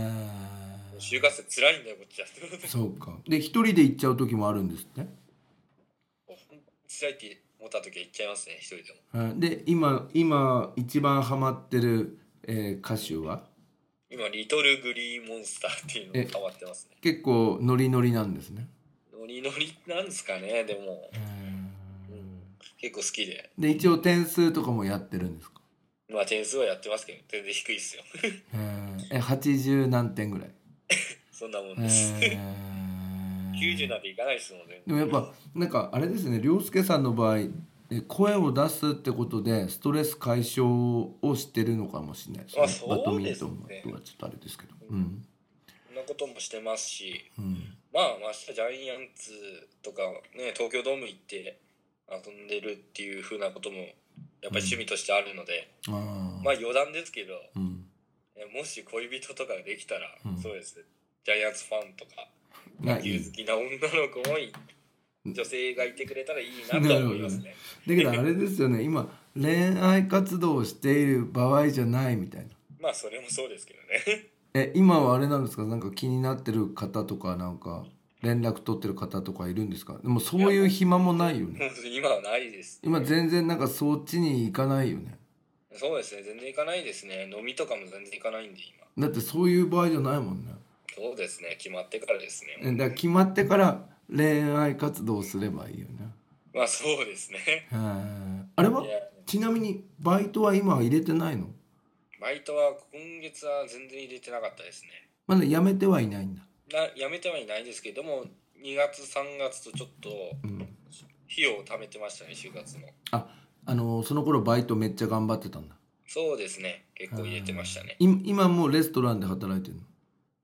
Speaker 2: え
Speaker 3: 就活生辛いんだよこっちは
Speaker 2: そうかで一人で行っちゃう時もあるんですって
Speaker 3: 辛いって思った時は行っちゃいますね一人でも
Speaker 2: うんで今今一番ハマってる、えー歌手は
Speaker 3: 今リトルグリーンモンスターっていうの
Speaker 2: え
Speaker 3: にハマってますね
Speaker 2: 結構ノリノリなんですね
Speaker 3: ノリノリなんですかねでも
Speaker 2: うん
Speaker 3: 結構好きで
Speaker 2: で一応点数とかもやってるんですか
Speaker 3: まあ点数はやってますけど全然低いですよ (laughs)
Speaker 2: うんえ80何点ぐらい
Speaker 3: そんなもん
Speaker 2: へ
Speaker 3: です (laughs)
Speaker 2: ー
Speaker 3: 90なんていかないですもんね
Speaker 2: でもやっぱなんかあれですね涼介さんの場合え声を出すってことでストレス解消をしてるのかもしれないです
Speaker 3: あそうですね
Speaker 2: バドミントンとはちょっとあれですけどうん
Speaker 3: そんなこともしてますし
Speaker 2: うん
Speaker 3: まあ明日ジャイアンツとかね東京ドーム行って遊んでるっていうふうなこともやっぱり趣味としてあるので、
Speaker 2: あ
Speaker 3: まあ
Speaker 2: あ
Speaker 3: 余談ですけど
Speaker 2: うん
Speaker 3: えもし恋人とかできたら、
Speaker 2: うん
Speaker 3: そうですねジャイアンツファンとか
Speaker 2: が
Speaker 3: 野
Speaker 2: い
Speaker 3: 球
Speaker 2: い
Speaker 3: 好きな女の子もい女性がいてくれたらいいなとは思いますね。
Speaker 2: だけどあれですよね今恋愛活動をしている場合じゃないみたいな
Speaker 3: まあそれもそうですけどね。 (laughs)
Speaker 2: え今はあれなんですかなんか気になってる方とかなんか連絡取ってる方とかいるんですかでもそういう暇もないよね
Speaker 3: もう今はないです、
Speaker 2: 今全然なんかそっちに行かないよね
Speaker 3: そうですね全然行かないですね飲みとかも全然行かないんで今
Speaker 2: だってそういう場合じゃないもんね
Speaker 3: そうですね決まってからですね
Speaker 2: えだから決まってから恋愛活動をすればいいよね
Speaker 3: まあそうですね
Speaker 2: へーあれはい
Speaker 3: や
Speaker 2: ちなみにバイトは今は入れてないの
Speaker 3: バイトは今月は全然入れてなかったですね
Speaker 2: まだ辞めてはいないんだ
Speaker 3: な辞めてはいないですけども2月3月とちょっと
Speaker 2: うん
Speaker 3: 費用を貯めてましたね就活の
Speaker 2: ああのその頃バイトめっちゃ頑張ってたんだ
Speaker 3: そうですね結構入れてましたね
Speaker 2: い今もうレストランで働いてるの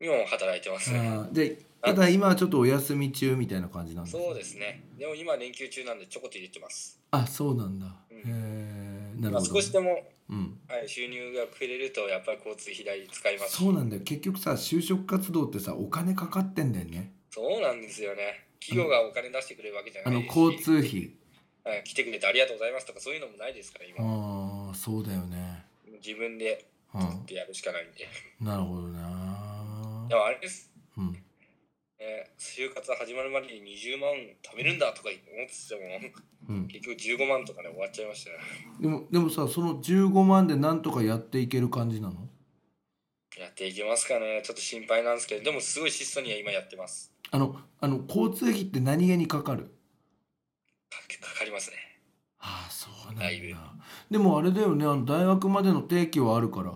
Speaker 3: 今も働いてますね
Speaker 2: あーでただ今はちょっとお休み中みたいな感じなんだ
Speaker 3: そうですねでも今連休中なんでちょこっと入れてます
Speaker 2: あそうなんだ、
Speaker 3: うん
Speaker 2: へえなる
Speaker 3: まあ
Speaker 2: ほど、
Speaker 3: 少しでも、
Speaker 2: うん、
Speaker 3: はい、収入が増えれるとやっぱり交通費代使います
Speaker 2: そうなんだよ結局さ就職活動ってさお金かかってんだよね
Speaker 3: そうなんですよね企業がお金出してくれるわけじゃ
Speaker 2: あ
Speaker 3: な
Speaker 2: の
Speaker 3: いですし
Speaker 2: 交通費
Speaker 3: はい来てくれてありがとうございますとかそういうのもないですから今
Speaker 2: ああそうだよね
Speaker 3: 自分で
Speaker 2: う
Speaker 3: 取っ
Speaker 2: ん
Speaker 3: てやるしかないんで
Speaker 2: なるほどな
Speaker 3: でもあれです
Speaker 2: うん
Speaker 3: えー就活始まるまでに20万貯めるんだとか思ってても
Speaker 2: うん、
Speaker 3: 結局15万とかで終わっちゃいましたね
Speaker 2: でもでもさその15万でなんとかやっていける感じなの
Speaker 3: やっていけますかねちょっと心配なんですけどでもすごい質素には今やってます
Speaker 2: あのあの交通費って何気にかかる
Speaker 3: かかかりますね
Speaker 2: ああそうなんだ
Speaker 3: だいぶ
Speaker 2: でもあれだよねあの大学までの定期はあるから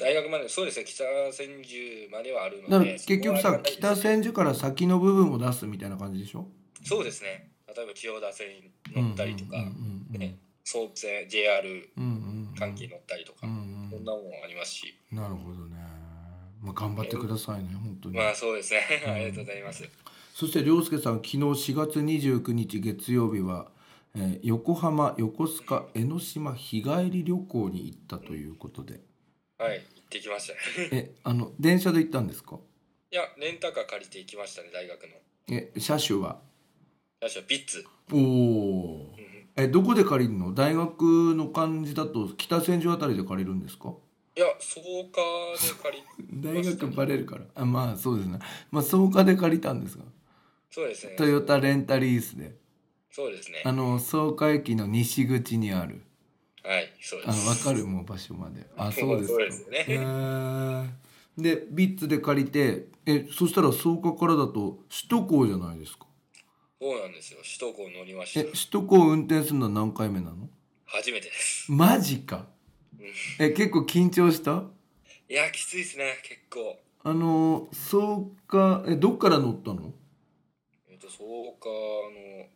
Speaker 3: 大学までそうですね北千住まではある
Speaker 2: だ
Speaker 3: の
Speaker 2: か
Speaker 3: で
Speaker 2: ら結局
Speaker 3: そ
Speaker 2: さ
Speaker 3: こはありがたい
Speaker 2: 北
Speaker 3: です
Speaker 2: 千住から先の部分を出すみたいな感じでしょ
Speaker 3: そうですね例えば千代田線に乗ったりとか、
Speaker 2: うん
Speaker 3: ね総武線 JR
Speaker 2: うんうんうん
Speaker 3: 関係乗ったりとか、
Speaker 2: うん
Speaker 3: そんなもんありますし
Speaker 2: うんなるほどねまあ頑張ってくださいね本当に
Speaker 3: まあそうですね
Speaker 2: うん
Speaker 3: (laughs) ありがとうございます
Speaker 2: そして涼介さん昨日4月29日月曜日は、えー横浜横須賀江ノ島日帰り旅行に行ったということで
Speaker 3: はい行ってきましたね
Speaker 2: えあの電車で行ったんですか
Speaker 3: いやレンタカー借りて行きましたね大学の
Speaker 2: え車種は
Speaker 3: 私はビッツ、
Speaker 2: おお
Speaker 3: うんい
Speaker 2: えどこで借りるの大学の感じだと北千住あたりで借りるんですか
Speaker 3: や草加で借り
Speaker 2: 大学バレるからあまあそうですねまあ草加で借りたんですが
Speaker 3: そうですね
Speaker 2: トヨタレンタリースで
Speaker 3: そうですね
Speaker 2: あの草加駅の西口にある
Speaker 3: はいそうで
Speaker 2: あ
Speaker 3: す
Speaker 2: わかるもう場所まで
Speaker 3: (laughs)
Speaker 2: あそうですか
Speaker 3: そうですよね
Speaker 2: へーでビッツで借りてえそしたら草加からだと首都高じゃないですか
Speaker 3: そうなんですよ首都高に乗りまし
Speaker 2: え
Speaker 3: た
Speaker 2: 首都高運転するのは何回目なの
Speaker 3: 初めてです
Speaker 2: マジか
Speaker 3: うん
Speaker 2: え結構緊張した
Speaker 3: いやきついですね結構
Speaker 2: あの草加えどっから乗ったの
Speaker 3: えっ、と草加の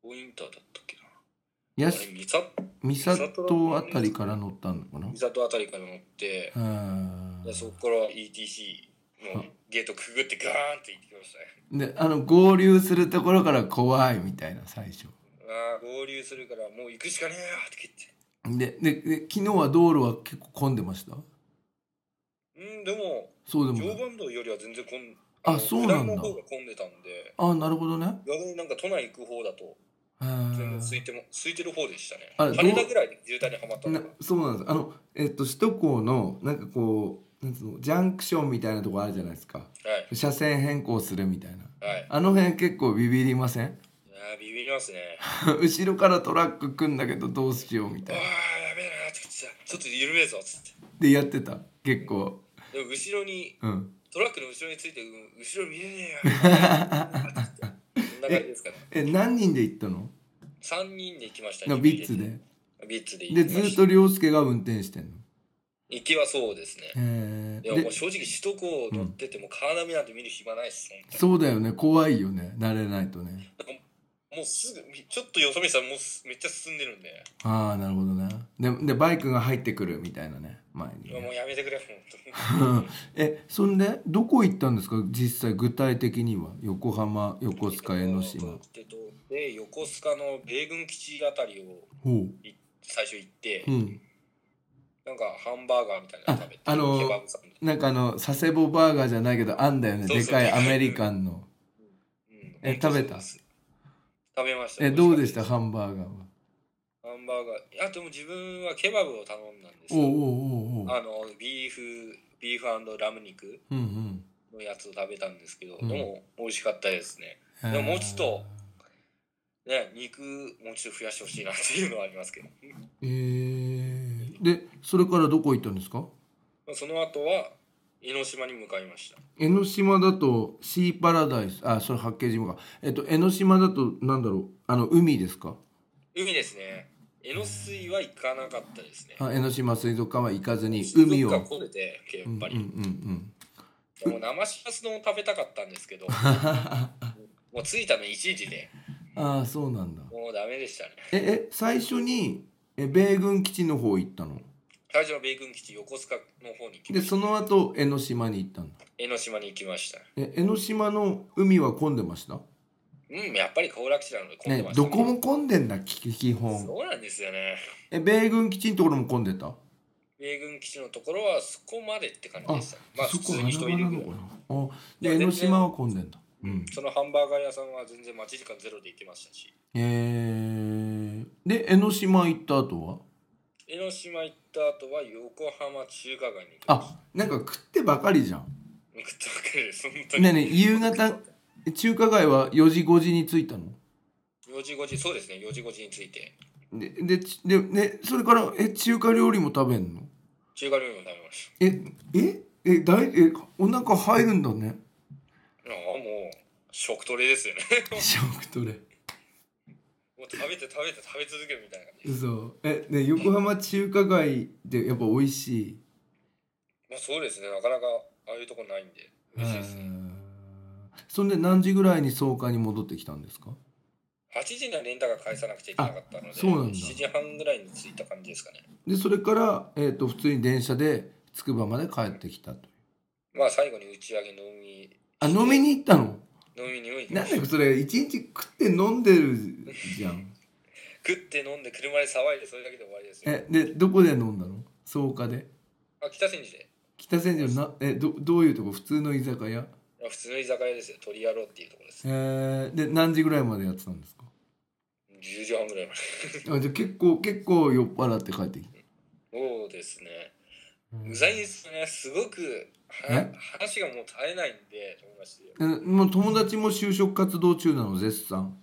Speaker 3: ポインターだったっけな
Speaker 2: や
Speaker 3: あれ
Speaker 2: し
Speaker 3: 三郷
Speaker 2: 三郷あたりから乗ったのかな
Speaker 3: 三郷あたりから乗って
Speaker 2: う、ん
Speaker 3: でそこから ETC のゲートくぐってガーンって行ってきましたね
Speaker 2: であの合流するところから怖いみたいな最初
Speaker 3: あー合流するからもう行くしかねえよって言って
Speaker 2: ででで昨日は道路は結構混んでました
Speaker 3: うんでも
Speaker 2: そうでもな
Speaker 3: 常
Speaker 2: い
Speaker 3: 磐道よりは全然混ん
Speaker 2: あ
Speaker 3: の
Speaker 2: そうなんだ
Speaker 3: 下りの方が混んでたんで
Speaker 2: あなるほどね
Speaker 3: 逆になんか都内行く方だと
Speaker 2: へー
Speaker 3: 全然空いても空いてる方でしたね
Speaker 2: あれどう
Speaker 3: 羽田ぐらいで渋滞にはまったの
Speaker 2: な
Speaker 3: か
Speaker 2: そうなんですあのえっと首都高のなんかこうなんつうのジャンクションみたいなとこあるじゃないですか
Speaker 3: はい
Speaker 2: 車線変更するみたいな
Speaker 3: はい
Speaker 2: あの辺結構ビビりません (laughs)
Speaker 3: いやービビりますね
Speaker 2: 後ろからトラック来んだけどどうしようみ
Speaker 3: あ
Speaker 2: た
Speaker 3: ー
Speaker 2: い
Speaker 3: や
Speaker 2: な
Speaker 3: べえなーって言ってたちょっと緩めえぞっつって
Speaker 2: でやってた結構
Speaker 3: でも後ろに
Speaker 2: うん
Speaker 3: トラックの後ろについてうん後ろ見れねえよそんな感じですかね
Speaker 2: え何人で行ったの
Speaker 3: 3人で行きました
Speaker 2: な
Speaker 3: ね
Speaker 2: ビッツで
Speaker 3: ビッツで行
Speaker 2: で
Speaker 3: きま
Speaker 2: ずっ
Speaker 3: し
Speaker 2: と
Speaker 3: た
Speaker 2: 涼介が運転してんの
Speaker 3: 行きはそうですね
Speaker 2: へ
Speaker 3: で
Speaker 2: え
Speaker 3: ももう
Speaker 2: で
Speaker 3: 正直首都高乗っててもカーナビなんて見る暇ないっすね
Speaker 2: そうだよね怖いよね慣れないとね
Speaker 3: もうすぐちょっとよそ見したらもうすめっちゃ進んでるんで
Speaker 2: ああなるほどねででバイクが入ってくるみたいなね前に
Speaker 3: いやも
Speaker 2: ね
Speaker 3: うやめてくれ
Speaker 2: う
Speaker 3: 本
Speaker 2: んえそんでどこ行ったんですか実際具体的には横浜横
Speaker 3: 当に
Speaker 2: 須賀江ノ島
Speaker 3: (laughs) で横須賀の米軍基地あたりを
Speaker 2: ほ
Speaker 3: い最初行って、
Speaker 2: ううん
Speaker 3: なんかハンバーガーみたいなの食べて
Speaker 2: ああのー
Speaker 3: ケバブさんで
Speaker 2: なんかあの佐世保バーガーじゃないけどあんだよね
Speaker 3: そう
Speaker 2: で
Speaker 3: そう
Speaker 2: かいアメリカンの
Speaker 3: うん
Speaker 2: え食べた
Speaker 3: 食べました
Speaker 2: えどうでした
Speaker 3: ハ
Speaker 2: ハンバーガーは
Speaker 3: ンバーガーいやでも自分はケバブを頼んだんです
Speaker 2: おう
Speaker 3: よ
Speaker 2: おうおうおう
Speaker 3: あのビーフビーフラム肉
Speaker 2: うんうん
Speaker 3: のやつを食べたんですけど、
Speaker 2: うん
Speaker 3: でも美味しかったですね。
Speaker 4: えー
Speaker 3: でももうちょっとね、肉もうちょっと増やしてほしいなっていうのはありますけど。 (laughs)
Speaker 2: えー、でそれからどこ行ったんですか
Speaker 3: まあその後は江ノ島に向かいました。
Speaker 2: 江ノ島だとシーパラダイスあそれ八景島かえっと江ノ島だとなんだろうあの海ですか
Speaker 3: 海ですね。江ノ水は行かなかったですね。
Speaker 2: あ江ノ島水族館は行かずに
Speaker 3: 水
Speaker 2: 海を
Speaker 3: 族館混んでて、やっぱり。
Speaker 2: うんうんうん
Speaker 3: でも生しらす丼を食べたかったんです
Speaker 2: (laughs)
Speaker 3: けど、もう着いたの1時で、
Speaker 2: うんああそうなんだ
Speaker 3: もうダメでしたね。
Speaker 2: ええ最初にえ米軍基地の方行ったの
Speaker 3: 最初は米軍基地横須賀の方に行きま
Speaker 2: で
Speaker 3: し
Speaker 2: そ
Speaker 3: た。
Speaker 2: の後江ノ島に行ったの
Speaker 3: 江ノ島に行きました。
Speaker 2: え江ノ島の海は混んでました
Speaker 3: うん、やっぱり行楽地なので混ん
Speaker 2: ね
Speaker 3: でました、
Speaker 2: どこも混んでんだき基本
Speaker 3: そうなんですよね。
Speaker 2: え米軍基地のところも混んでた
Speaker 3: 米軍基地のところはそこまでって感じでした。まあ
Speaker 2: そ
Speaker 3: 普
Speaker 2: こ
Speaker 3: 通に人いるぐらい。
Speaker 2: 穴場なのかなあ
Speaker 3: い
Speaker 2: で
Speaker 3: や
Speaker 2: 江ノ
Speaker 3: 全然
Speaker 2: 島は混んでんだうん
Speaker 3: そのハンバーガー屋さんは全然待ち時間ゼロで行ってましたし、
Speaker 2: えー、で江ノ島行った後は
Speaker 3: 江ノ島行った後は横浜中華街に行きまし
Speaker 2: あなんか食ってばかりじゃん
Speaker 3: た。食ったわけです、本当に。
Speaker 2: ねえねえ夕方え中華街は4時5時に着いたの
Speaker 3: 4時5時、そうですね、4時5時について。
Speaker 2: ででちで、ね、それからえ中華料理も食べんの
Speaker 3: 中華料理も食べまし
Speaker 2: えええだいえお腹入るんだね
Speaker 3: た。ああ、もう、食トレですよね。 (laughs)
Speaker 2: 食トレ
Speaker 3: もう食べて食べて食べ続けるみたいな感じ。
Speaker 2: そうえね横浜中華街でやっぱ美味しい
Speaker 3: まあそうですね、なかなかああいうとこないんで、嬉しいですね。
Speaker 2: そんで何時ぐらいに草加に戻ってきたんですか
Speaker 3: 8時にはレンタカー返さなくちゃいけなかったので、
Speaker 2: あそうなんだ
Speaker 3: 7時半ぐらいに着いた感じですかね。
Speaker 2: でそれから、えー、と普通に電車でつくばまで帰ってきたと
Speaker 3: まあ最後に打ち上げ飲み、
Speaker 2: あ飲みに行ったの
Speaker 3: 飲みに行き
Speaker 2: な
Speaker 3: ま
Speaker 2: ん
Speaker 3: した
Speaker 2: だかそれ一日食って飲んでるじゃん
Speaker 3: 食って飲んで車で騒いでそれだけで終わりですよ。
Speaker 2: えでどこで飲んだの草加で
Speaker 3: あ北千住で
Speaker 2: 北千住のなえどどういうとこ普通の居酒屋
Speaker 3: まあ普通の居酒屋ですよ鳥野郎っていうところです、
Speaker 2: えー、で何時ぐらいまでやってたんですか
Speaker 3: 10時半ぐらいまで
Speaker 2: あじゃあ結構結構酔っ払って帰ってきた
Speaker 3: そうですね
Speaker 2: うん
Speaker 3: うざいですねすごくは
Speaker 2: え
Speaker 3: 話がもう絶えないんで友達で、
Speaker 2: えもう友達も就職活動中なの絶賛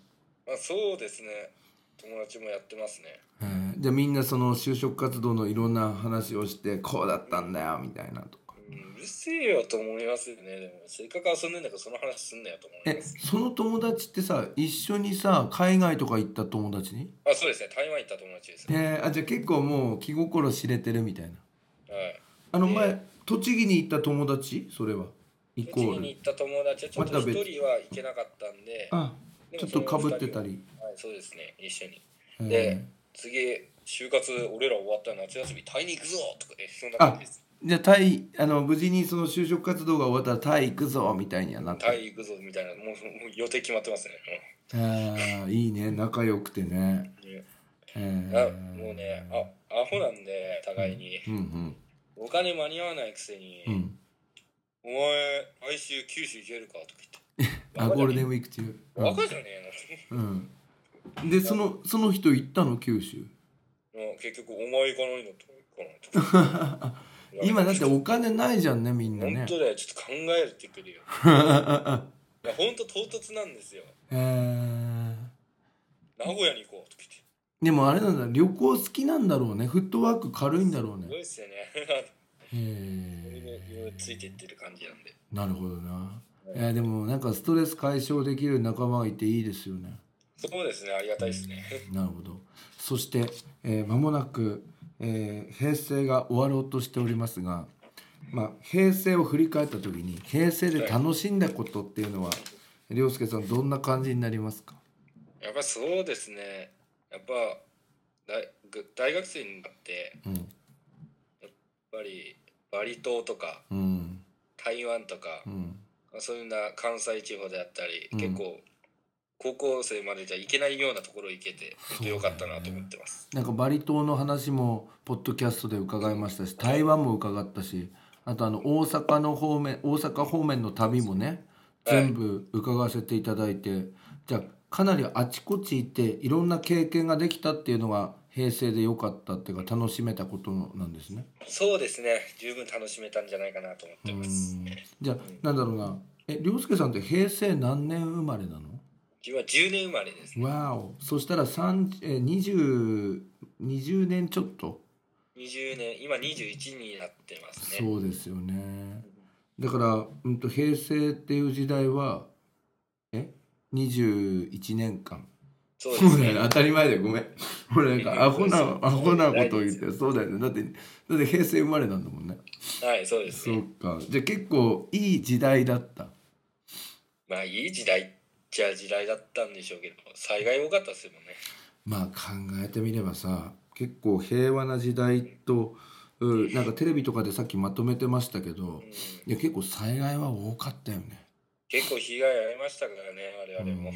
Speaker 3: まあ、そうですね友達もやってますね
Speaker 2: えーじゃあみんなその就職活動のいろんな話をしてこうだったんだよみたいなとか
Speaker 3: うんうるせえよと思いますよねでもせっかく遊んでんだからその話すんなよと思い
Speaker 2: え (laughs)
Speaker 3: ます
Speaker 2: その友達ってさ一緒にさ海外とか行った友達に
Speaker 3: あそうですね台湾行った友達ですね、
Speaker 2: えー、あじゃあ結構もう気心知れてるみたいな
Speaker 3: はい
Speaker 2: あの前、
Speaker 3: え
Speaker 2: 栃木に行った友達それはイコ
Speaker 3: 栃木
Speaker 2: ー
Speaker 3: に
Speaker 2: ル
Speaker 3: 行った友達はちょっと
Speaker 2: また
Speaker 3: 一
Speaker 2: 別
Speaker 3: 人は行けなかったんで
Speaker 2: あ
Speaker 3: で
Speaker 2: ちょ
Speaker 3: も
Speaker 2: っとかぶってた
Speaker 3: その
Speaker 2: り、
Speaker 3: 二人ははいそうですね一緒に
Speaker 2: えー
Speaker 3: で次就活俺ら終わったら夏休みタイに行くぞとかねそんな感じです
Speaker 2: じゃあタイあの無事にその就職活動が終わったらタイ行くぞみたいにはなった
Speaker 3: タイ行くぞみたいなもうもう予定決まってますね、
Speaker 2: あーいいね仲良くてね、
Speaker 3: うんね
Speaker 2: え
Speaker 3: あ
Speaker 2: ー
Speaker 3: もうねあアホなんで互いに
Speaker 2: うんうん
Speaker 3: お金間に合わないくせに「
Speaker 2: うん
Speaker 3: お前来週九州行けるか?」とか言って
Speaker 2: (laughs) あゴールデン
Speaker 3: ウ
Speaker 2: ウィーク中
Speaker 3: ィバカじゃねえ
Speaker 2: うん、うん、でそのその人行ったの九州
Speaker 3: のもう結局お前行かないのと行かない
Speaker 2: (laughs)
Speaker 3: と
Speaker 2: 今だってお金ないじゃんねみんな
Speaker 3: 本
Speaker 2: ね
Speaker 3: 当だよちょっと考えるってく
Speaker 2: (laughs)
Speaker 3: るよいや本当唐突なんですよ
Speaker 2: えー
Speaker 3: 名古屋に行こうとか言って
Speaker 2: でもあれなんだ旅行好きなんだろうねフットワーク軽いんだろう
Speaker 3: すごい
Speaker 2: ね
Speaker 3: ですよね (laughs)
Speaker 2: へ
Speaker 3: いろいろいろいろ
Speaker 2: え
Speaker 3: ついてってる感じなんで
Speaker 2: なるほどな、えーでもなんかストレス解消できる仲間がいていいですよね
Speaker 3: そうですねありがたいですね
Speaker 2: なるほどそして、えー間もなく、えー平成が終わろうとしておりますが、まあ、平成を振り返った時に平成で楽しんだことっていうのは涼介さんどんな感じになりますか
Speaker 3: やっぱそうですねやっぱ大大学生になって
Speaker 2: うん、
Speaker 3: やっぱりバリ島とか
Speaker 2: うん
Speaker 3: 台湾とか
Speaker 2: う、ん、
Speaker 3: そういうな関西地方であったり、
Speaker 2: うん
Speaker 3: 結構高校生までじゃ行けないようなところ行けて本当良かったなと思ってます、
Speaker 2: なんかバリ島の話もポッドキャストで伺いましたし台湾も伺ったしあとあの大阪の方面大阪方面の旅もね
Speaker 3: はい
Speaker 2: 全部伺わせていただいて、じゃあかなりあちこち行っていろんな経験ができたっていうのが平成で良かったっていうか楽しめたことなんですね。
Speaker 3: そうですね十分楽しめたんじゃないかなと思っ
Speaker 2: う
Speaker 3: てます
Speaker 2: んじゃあなんだろうなえ涼介さんって平成何年生まれなの
Speaker 3: 自分は10年生まれですね
Speaker 2: わおそしたら3え20 20年ちょっと
Speaker 3: 20年今21になってますね
Speaker 2: そうですよねだから、うん、と平成っていう時代はえ21年間
Speaker 3: そう
Speaker 2: そうだよね当たり前だよごめん俺なんかアホな
Speaker 3: そう
Speaker 2: アホなことを言っ
Speaker 3: 大
Speaker 2: てそうだよねだってだって平成生まれなんだもんね
Speaker 3: はいそうです
Speaker 2: そ
Speaker 3: ね
Speaker 2: うかじゃあ結構いい時代だった
Speaker 3: まあいい時代っちゃ時代だったんでしょうけど災害多かったですもんね
Speaker 2: まあ考えてみればさ結構平和な時代とうんなんかテレビとかでさっきまとめてましたけど
Speaker 3: うん
Speaker 2: いや結構災害は多かったよね。
Speaker 3: 結構被害ありましたからね
Speaker 2: う
Speaker 3: 我々も
Speaker 2: ん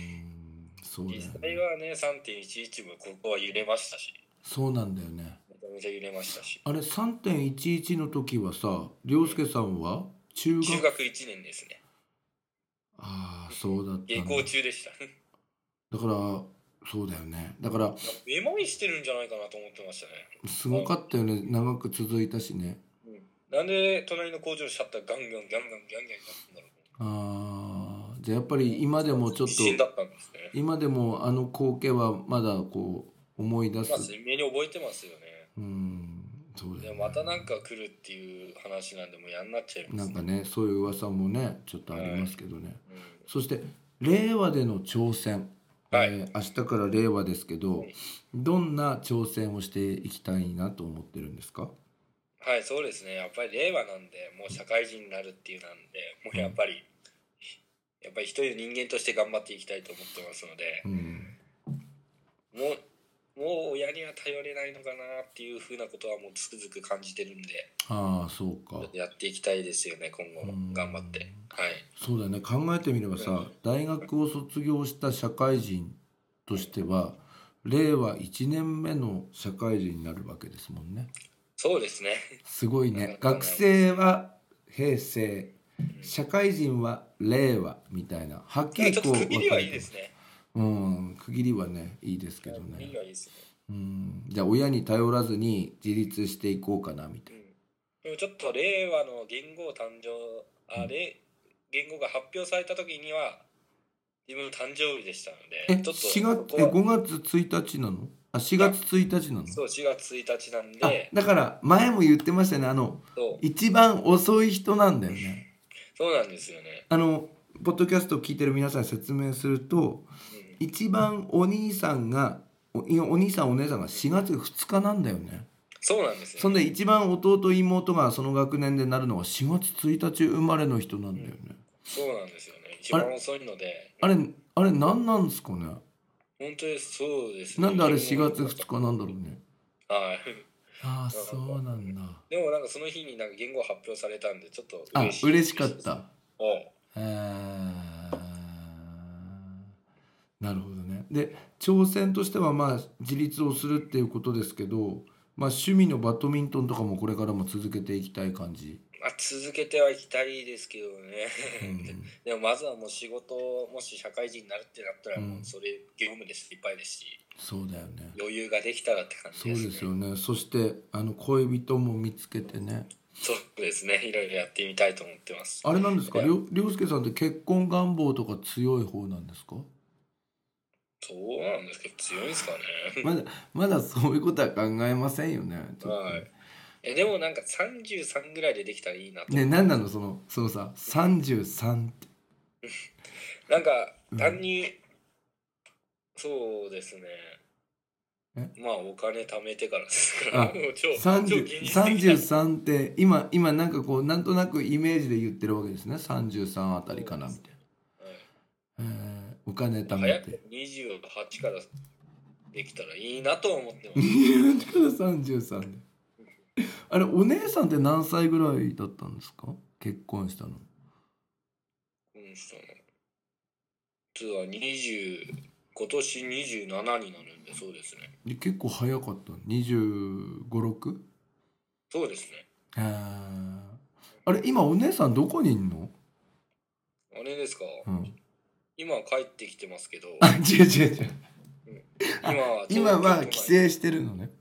Speaker 2: そうだよ
Speaker 3: 実際
Speaker 2: ね。
Speaker 3: はね3.11もここは揺れましたし
Speaker 2: そうなんだよね。
Speaker 3: めちゃめちゃ揺れましたし
Speaker 2: あれ3.11の時はさ、涼介さんは中学
Speaker 3: 中学1年ですね
Speaker 2: ああそうだった
Speaker 3: 下
Speaker 2: ん
Speaker 3: 校
Speaker 2: だ。
Speaker 3: 中でした
Speaker 2: だからそうだよね。だから
Speaker 3: めまいしてるんじゃないかなと思ってましたね
Speaker 2: すごかったよね。長く続いたしね。
Speaker 3: なんで隣の工場のシャッターガンガンガンガンガンガンガンガンなる
Speaker 2: ああじゃあやっぱり今でもちょ
Speaker 3: の
Speaker 2: っ
Speaker 3: 地
Speaker 2: と
Speaker 3: 震だったんですね。
Speaker 2: 今でもあの光景はまだこう思い出
Speaker 3: ますあ、。鮮明に覚えてますよね。
Speaker 2: うんそうだ
Speaker 3: で
Speaker 2: よね。
Speaker 3: またなんか来るっていう話なんでもうやんなっちゃいま
Speaker 2: な
Speaker 3: す、
Speaker 2: ん
Speaker 3: ね。
Speaker 2: かねそういう噂もねちょっとありますけどね。
Speaker 3: うん
Speaker 2: そして令和での挑戦、
Speaker 3: はい
Speaker 2: えー明日から令和ですけど、
Speaker 3: はい
Speaker 2: どんな挑戦をしていきたいなと思ってるんですか
Speaker 3: はい、そうですね。やっぱり令和なんで、もう社会人になるっていうなんで、もうやっぱり、やっぱり一人の人間として頑張っていきたいと思ってますので
Speaker 2: う、ん
Speaker 3: もう、もう親には頼れないのかなっていうふうなことはもうつくづく感じてるんで、
Speaker 2: ああそうか
Speaker 3: やっていきたいですよね、今後
Speaker 2: うん
Speaker 3: も。頑張って。はい。
Speaker 2: そうだよね考えてみればさ大学を卒業した社会人としては令和1年目の社会人になるわけですもんね
Speaker 3: そうですね。
Speaker 2: すごいね
Speaker 3: うん
Speaker 2: 学生は平成社会人は令和みたいなはっきり
Speaker 3: ちょっ
Speaker 2: ことう
Speaker 3: 区切りはいい
Speaker 2: 分かれて
Speaker 3: で
Speaker 2: ます
Speaker 3: ね。
Speaker 2: うん、区切りはねいいですけど
Speaker 3: 区切り
Speaker 2: ね、
Speaker 3: はいいですね。
Speaker 2: うん、じゃあ親に頼らずに自立していこうかなみた
Speaker 3: う
Speaker 2: い
Speaker 3: んでもちょっと令和の言語誕生、あれ、言語が発表された時には、自分の誕生日でしたので、
Speaker 2: なえ
Speaker 3: ちょっと
Speaker 2: 四月
Speaker 3: ここ
Speaker 2: え
Speaker 3: は
Speaker 2: 5月1日なのあ4月1日なの
Speaker 3: そう、4月1日なん
Speaker 2: あ
Speaker 3: で、
Speaker 2: だから前も言ってましたねあの
Speaker 3: そう
Speaker 2: 一番遅い人なんだよね
Speaker 3: そうなんですよね。
Speaker 2: あのポッドキャストを聞いてる皆さんに説明すると
Speaker 3: うん
Speaker 2: 一番お兄さんがおお兄さんお姉さんが4月2日なんだよね
Speaker 3: そうなんです
Speaker 2: そ
Speaker 3: よ、
Speaker 2: ん
Speaker 3: ね。
Speaker 2: で一番弟妹がその学年でなるのは4月1日生まれの人なんだよね、
Speaker 3: そうなんですよね。一番遅いので、
Speaker 2: あれあれ何なんですかね
Speaker 3: 本当にそうですね。
Speaker 2: なんであれ4月2日なんだろうね
Speaker 3: はい。 (laughs)
Speaker 2: ああそうなんだ
Speaker 3: でもなんかその日になんか言語発表されたんで、ちょっと
Speaker 2: あ
Speaker 3: 嬉しい。
Speaker 2: 嬉しかった
Speaker 3: おう。
Speaker 2: えーなるほどねで挑戦としてはまあ自立をするっていうことですけどまあ趣味のバドミントンとかもこれからも続けていきたい感じ、
Speaker 3: まあ、続けてはいきたいですけどね、
Speaker 2: うん
Speaker 3: (laughs) でもまずはもう仕事もし社会人になるってなったらもううんそれ業務ですいっぱいですし
Speaker 2: そうだよね
Speaker 3: 余裕ができたらって感じ
Speaker 2: そう
Speaker 3: ですね
Speaker 2: ですよねそしてあの恋人も見つけてね
Speaker 3: そうですねいろいろやってみたいと思ってます
Speaker 2: あれなんですか
Speaker 3: いや
Speaker 2: りょりょうすけさんって結婚願望とか強い方なんですか
Speaker 3: そうなんですけど強いんですかね
Speaker 2: まだまだそういうことは考えませんよねちょっと
Speaker 3: はいえでもなんか33ぐらいでできたらいいなと、
Speaker 2: ね何なのそのそのさ33って
Speaker 3: なんか
Speaker 2: うん
Speaker 3: 単に、そうですね
Speaker 2: え
Speaker 3: まあお金貯めてからですか
Speaker 2: あ
Speaker 3: らもう (laughs) 超超現
Speaker 2: 30
Speaker 3: 実的な
Speaker 2: 33って今今なんかこうなんとなくイメージで言ってるわけですね33あたりかなみたい
Speaker 3: はい
Speaker 2: な、えーお金貯め
Speaker 3: 早く
Speaker 2: (laughs) て
Speaker 3: 28からできたらいいなとは思ってます
Speaker 2: 20から33であれお姉さんって何歳ぐらいだったんですか結婚したの
Speaker 3: うんそうね実は20今年27になるんでそうですね
Speaker 2: で結構早かった2 5 6
Speaker 3: そうですね
Speaker 2: えーあれ今お姉さんどこにいんの、
Speaker 3: あれですか、
Speaker 2: うん、
Speaker 3: 今帰ってきてますけど
Speaker 2: あ違う違う違う
Speaker 3: うん今
Speaker 2: 今
Speaker 3: は
Speaker 2: は帰省
Speaker 3: ちょっ
Speaker 2: してるのね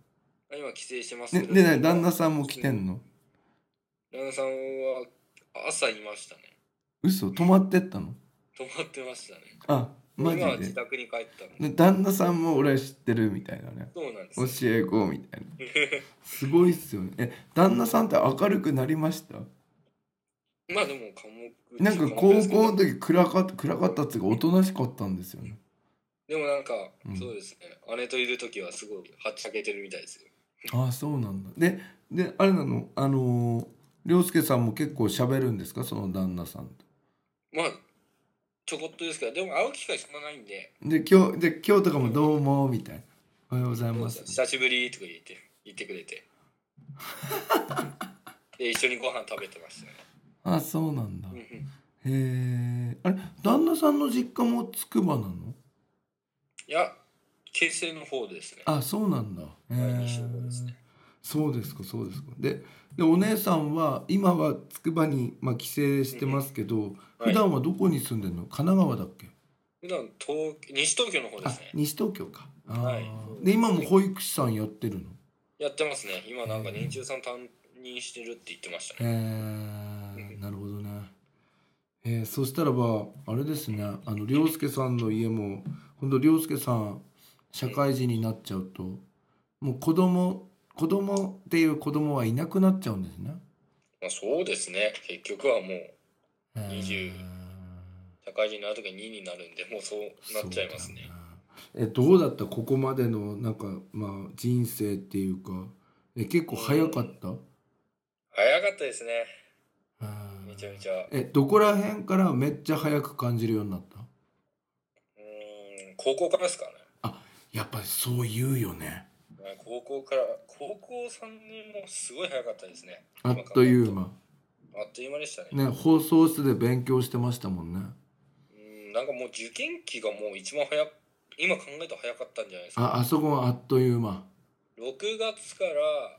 Speaker 3: と今帰省してます
Speaker 2: ね
Speaker 3: けど、
Speaker 2: でね旦那さんも来てんの
Speaker 3: 旦那さんは朝いましたね
Speaker 2: 嘘泊まってったの
Speaker 3: 泊まってましたね
Speaker 2: あマジ
Speaker 3: 今は自
Speaker 2: で
Speaker 3: 宅に帰ったの
Speaker 2: で旦那さんも俺知ってるみたいなね
Speaker 3: そうなんです
Speaker 2: 教
Speaker 3: よ
Speaker 2: え子み
Speaker 3: (laughs)
Speaker 2: たいなすごいっすよねえ旦那さんって明るくなりました
Speaker 3: まあでも科目
Speaker 2: なんか高校の時暗かった暗かったっつうかおとなしかったんですよね
Speaker 3: でもなんか、
Speaker 2: うん
Speaker 3: そうですね姉といる時はすごいはっちゃけてるみたいですよ
Speaker 2: ああそうなんだでであれなのあのー涼介さんも結構喋るんですかその旦那さんと
Speaker 3: まあちょこっとですけどでも会う機会そんなないんで
Speaker 2: で今日で今日とかも「どうも」みたいな「おはようござい
Speaker 3: 「
Speaker 2: ます」
Speaker 3: 久しぶり」とか言って言って
Speaker 2: (laughs)
Speaker 3: くれてで一緒にご飯食べてましたね
Speaker 2: あそうなんだ
Speaker 3: うんうん
Speaker 2: へえあれ旦那さんの実家も筑波なの
Speaker 3: いや京成の方ですね
Speaker 2: あそうなんだへえ
Speaker 3: はい西の方ですね
Speaker 2: そうですかそうですかででお姉さんは今は筑波に、まあ、帰省してますけど、
Speaker 3: はい
Speaker 2: 普段はどこに住んでるの神奈川だっけ
Speaker 3: 普段東西東京の方で
Speaker 2: あ
Speaker 3: すね
Speaker 2: 西東京かあー、
Speaker 3: はい
Speaker 2: で今も保育士さんやってるの
Speaker 3: やってますね今なんか年中さん担任してるって言ってました
Speaker 2: え
Speaker 3: ね
Speaker 2: ー、なるほどね。えー、そしたらばあれですねあの涼介さんの家も今度涼介さん社会人になっちゃうともう子供子供っていう子供はいなくなっちゃうんですね。
Speaker 3: まあそうですね結局はもう
Speaker 2: えー
Speaker 3: 20社会人になる時に2になるんでもうそうなっちゃいますね
Speaker 2: そうだよなえどうだったここまでのなんかまあ人生っていうかえ結構早かった、
Speaker 3: 早かったですねめちゃめ
Speaker 2: ゃ
Speaker 3: ちゃう
Speaker 2: えどこら辺からめっちゃ早く感じるようになった
Speaker 3: ーん高校からですかね
Speaker 2: やっぱりそう言うよね
Speaker 3: はい高校から高校3年もすごい早かったですね
Speaker 2: あっという間
Speaker 3: あっという間でしたね
Speaker 2: ね放送室で勉強してましたもんね
Speaker 3: うーんなんかもう受験期がもう一番早く今考えると早かったんじゃないですか
Speaker 2: ああそこはあっという間、
Speaker 3: 6月から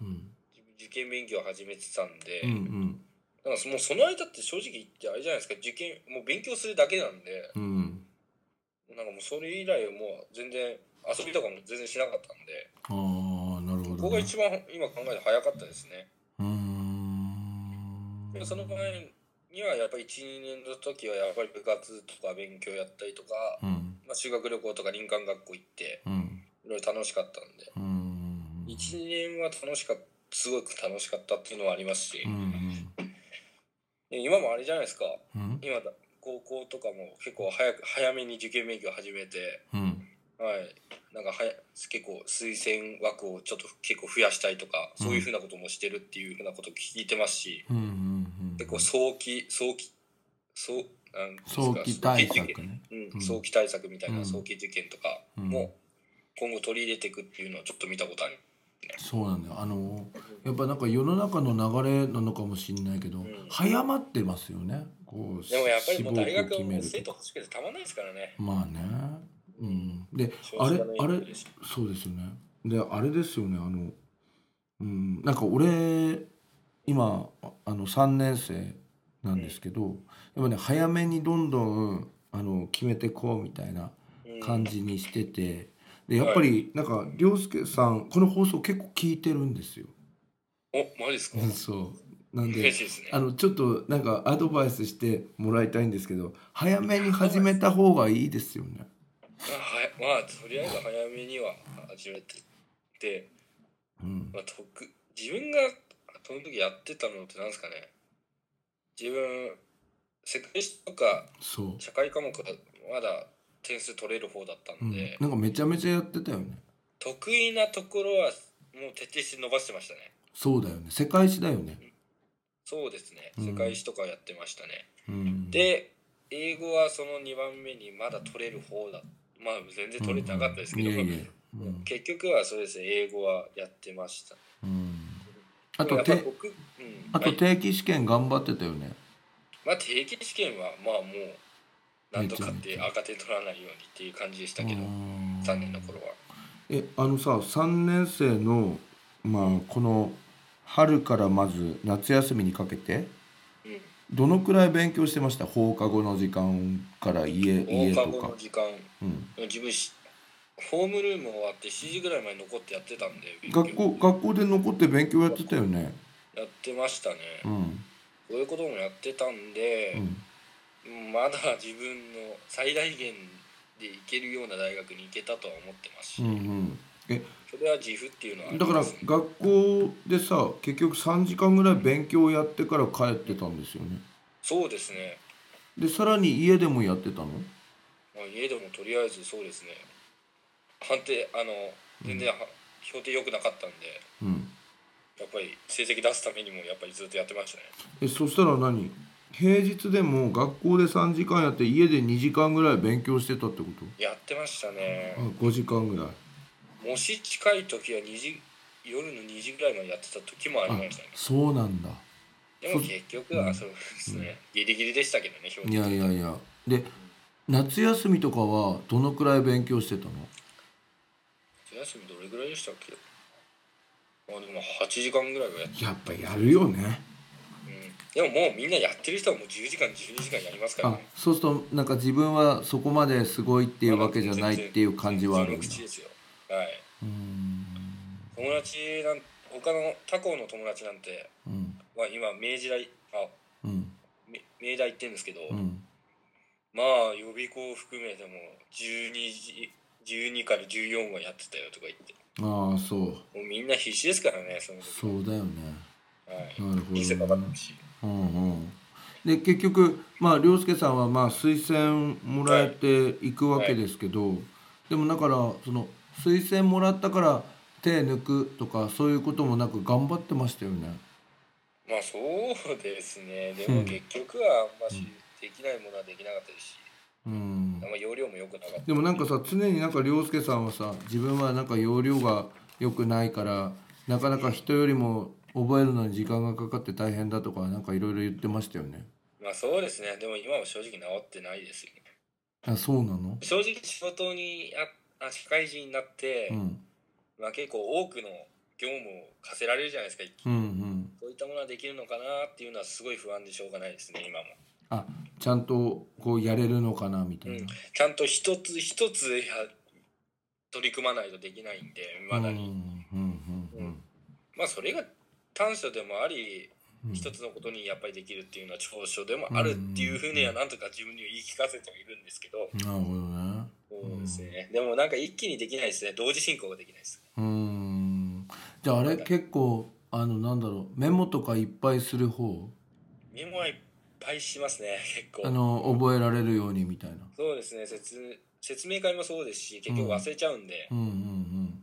Speaker 2: うん、
Speaker 3: 受験勉強を始めてたんで、
Speaker 2: うんうん
Speaker 3: だからもうその間って正直言ってあれじゃないですか受験もう勉強するだけなんで
Speaker 2: うん
Speaker 3: なんかもうそれ以来はもう全然遊びとかも全然しなかったんで
Speaker 2: ああなるほど、
Speaker 3: ここが
Speaker 2: ね、
Speaker 3: 一番今考えて早かったですね
Speaker 2: うーん
Speaker 3: でもその前にはやっぱり12年の時はやっぱり部活とか勉強やったりとか、
Speaker 2: うん
Speaker 3: まあ、修学旅行とか林間学校行って
Speaker 2: うん
Speaker 3: いろいろ楽しかったんで
Speaker 2: うんうん
Speaker 3: 12年は楽しかったすごく楽しかったっていうのはありますし、
Speaker 2: うん
Speaker 3: で今もあれじゃないですか
Speaker 2: うん
Speaker 3: 今だ高校とかも結構早く早めに受験勉強始めて
Speaker 2: うん
Speaker 3: はいなんかはや結構推薦枠をちょっと結構増やしたりとかそういうふうなこともしてるっていうふうなこと聞いてますし、
Speaker 2: うんうん
Speaker 3: 結構早期早期早なんですか
Speaker 2: 早期対策
Speaker 3: 早期受験
Speaker 2: ね
Speaker 3: うん、早期対策みたい
Speaker 2: うん
Speaker 3: な早期受験とか
Speaker 2: うん
Speaker 3: も今後取り入れていくっていうのはちょっと見たことある、
Speaker 2: そうなんだよあのやっぱなんか世の中の流れなのかもしれないけど、
Speaker 3: ん
Speaker 2: 早まってますよねこう
Speaker 3: でもやっぱりもう大
Speaker 2: 志
Speaker 3: 学
Speaker 2: 望
Speaker 3: は
Speaker 2: 校
Speaker 3: もう
Speaker 2: 決め
Speaker 3: 生
Speaker 2: る
Speaker 3: 徒
Speaker 2: と
Speaker 3: 欲しくてたまんないですからね
Speaker 2: まあねうんで
Speaker 3: 少
Speaker 2: あ
Speaker 3: 子
Speaker 2: れ
Speaker 3: 化の
Speaker 2: あ
Speaker 3: 影響
Speaker 2: れ
Speaker 3: ですし
Speaker 2: そうですよねであれですよねあのうんなんか俺今ああの3年生なんですけど、やっぱね早めにどんどんあの決めてこうみたいな
Speaker 3: うん
Speaker 2: 感じにしてて、でやっぱりなんか涼介さんこの放送結構聞いてるんですよ。
Speaker 3: おマジですか
Speaker 2: そうなんで (laughs)
Speaker 3: 嬉しいですね
Speaker 2: あのちょっとなんかアドバイスしてもらいたいんですけど早めに始めた方がいいですよね。
Speaker 3: まあはいまあとりあえず早めには始めてで、
Speaker 2: うん、
Speaker 3: まあ、特自分がその時やってたのってなんですかね自分世界史とか
Speaker 2: そう、
Speaker 3: 社会科目はまだ点数取れる方だった
Speaker 2: うんん
Speaker 3: で、、
Speaker 2: なんかめちゃめちゃやってたよね。
Speaker 3: 得意なところはもう徹底して伸ばしてましたね
Speaker 2: そうだよね世界史だよね。
Speaker 3: そうですね
Speaker 2: うん
Speaker 3: 世界史とかやってましたね、
Speaker 2: うん、
Speaker 3: で英語はその2番目にまだ取れる方だまあ全然取れてなかったですけど、
Speaker 2: うんいえいえうん
Speaker 3: 結局はそうですね英語はやってました
Speaker 2: うんあと
Speaker 3: やっぱり
Speaker 2: て
Speaker 3: 僕、うん
Speaker 2: あ
Speaker 3: は
Speaker 2: と
Speaker 3: い
Speaker 2: 定期試験頑張ってたよね。
Speaker 3: まあ、定期試験はまあもうなんとかっ
Speaker 2: め
Speaker 3: て
Speaker 2: ちゃめ
Speaker 3: 赤点取らないようにっていう感じでしたけど
Speaker 2: うん
Speaker 3: 3年の頃は
Speaker 2: えあのさ3年生のまあこの春からまず夏休みにかけて
Speaker 3: うん
Speaker 2: どのくらい勉強してました放課後の時間から家家
Speaker 3: 放課
Speaker 2: と
Speaker 3: 後
Speaker 2: か
Speaker 3: の。時間
Speaker 2: うん
Speaker 3: 自分しホームルーム終わって7時ぐらいまで残ってやってたんで勉強
Speaker 2: 学校学校で残って勉強やってたよね
Speaker 3: やってましたね、
Speaker 2: うん
Speaker 3: そういうこともやってたんで
Speaker 2: う、ん
Speaker 3: うんまだ自分の最大限で行けるような大学に行けたとは思ってますし、
Speaker 2: うんうんえ
Speaker 3: それは自負っていうのはあり
Speaker 2: だから
Speaker 3: ますね
Speaker 2: 学校でさ結局3時間ぐらい勉強やってから帰ってたんですよね
Speaker 3: そうですね、
Speaker 2: でさらに家でもやってたの
Speaker 3: まあ、家でもとりあえずそうですね判定あの全然は、評定良くなかったんで
Speaker 2: うん
Speaker 3: やっぱり成績出すためにもやっぱりずっとやってましたね
Speaker 2: えそしたら何平日でも学校で3時間やって家で2時間ぐらい勉強してたってこと
Speaker 3: やってましたね
Speaker 2: あ、5時間ぐらい
Speaker 3: もし近い時は2時夜の2時ぐらいまでやってた時もあり
Speaker 2: あ
Speaker 3: ましたね
Speaker 2: そうなんだ
Speaker 3: でも結局はそうですね、ギリギリでしたけどね評定
Speaker 2: いやいやいやで夏休みとかはどのくらい勉強してたの
Speaker 3: 夏休みどれぐらいでしたっけあでも8時間ぐらいはやっ
Speaker 2: やっぱやるよね
Speaker 3: うん、でももうみんなやってる人はもう10時間12時間やりますから
Speaker 2: あ
Speaker 3: ね
Speaker 2: そうするとなんか自分はそこまですごいっていうわけじゃないっていう感じはあるん
Speaker 3: 普
Speaker 2: だ
Speaker 3: 通の口ですよはいう
Speaker 2: ーん
Speaker 3: 友達なん他の他校の友達なんて
Speaker 2: うん
Speaker 3: は今明治大あ
Speaker 2: うん
Speaker 3: め明大行ってるんですけど、
Speaker 2: うん
Speaker 3: まあ予備校含めても12時12から14はやってたよとか言って
Speaker 2: ああそう
Speaker 3: もうみんな必死ですからねその時
Speaker 2: そうだよね
Speaker 3: はい
Speaker 2: なるほどね
Speaker 3: 人生かかってるし
Speaker 2: うんうんで結局まあ涼介さんはまあ推薦もらえていくわけですけど、でもだからその推薦もらったから手抜くとかそういうこともなく頑張ってましたよね。
Speaker 3: まあそうですねで
Speaker 2: う
Speaker 3: も
Speaker 2: ん
Speaker 3: 結局はあんましできないものはできなかったですし
Speaker 2: うん
Speaker 3: あんま容量も良くなかった
Speaker 2: でもなんかさ常になんか涼介さんはさ自分はなんか容量が良くないからなかなか人よりも覚えるのに時間がかかって大変だとかなんかいろいろ言ってましたよね。
Speaker 3: まあそうですねでも今も正直治ってないですよね
Speaker 2: あそうなの、
Speaker 3: 正直仕事にああ社会人になって、
Speaker 2: うん、
Speaker 3: まあ、結構多くの業務を課せられるじゃないですか一気
Speaker 2: う
Speaker 3: に
Speaker 2: んうん
Speaker 3: そういったものはできるのかなっていうのはすごい不安でしょうがないですね今も、
Speaker 2: あちゃんとこうやれるのかなみた
Speaker 3: う
Speaker 2: い
Speaker 3: ん
Speaker 2: な。、
Speaker 3: ちゃんと一つ一つや取り組まないとできないんでまだに、
Speaker 2: うんうんうんうん
Speaker 3: まあそれが短所でもあり
Speaker 2: うん
Speaker 3: 一つのことにやっぱりできるっていうのは長所でもあるっていうふうにはなんとか自分には言い聞かせてはいるんですけど、
Speaker 2: なるほどね。
Speaker 3: そうですね。でもなんか一気にできないですね。同時進行ができないです。
Speaker 2: うん。じゃああれ結構あのなんだろうメモとかいっぱいする方
Speaker 3: メモはいっぱいしますね。結
Speaker 2: あ
Speaker 3: 構。
Speaker 2: の覚えられるようにみたいな。
Speaker 3: そうですね。説説明会もそうですし、結局忘れちゃうんで、
Speaker 2: うんうん
Speaker 3: うん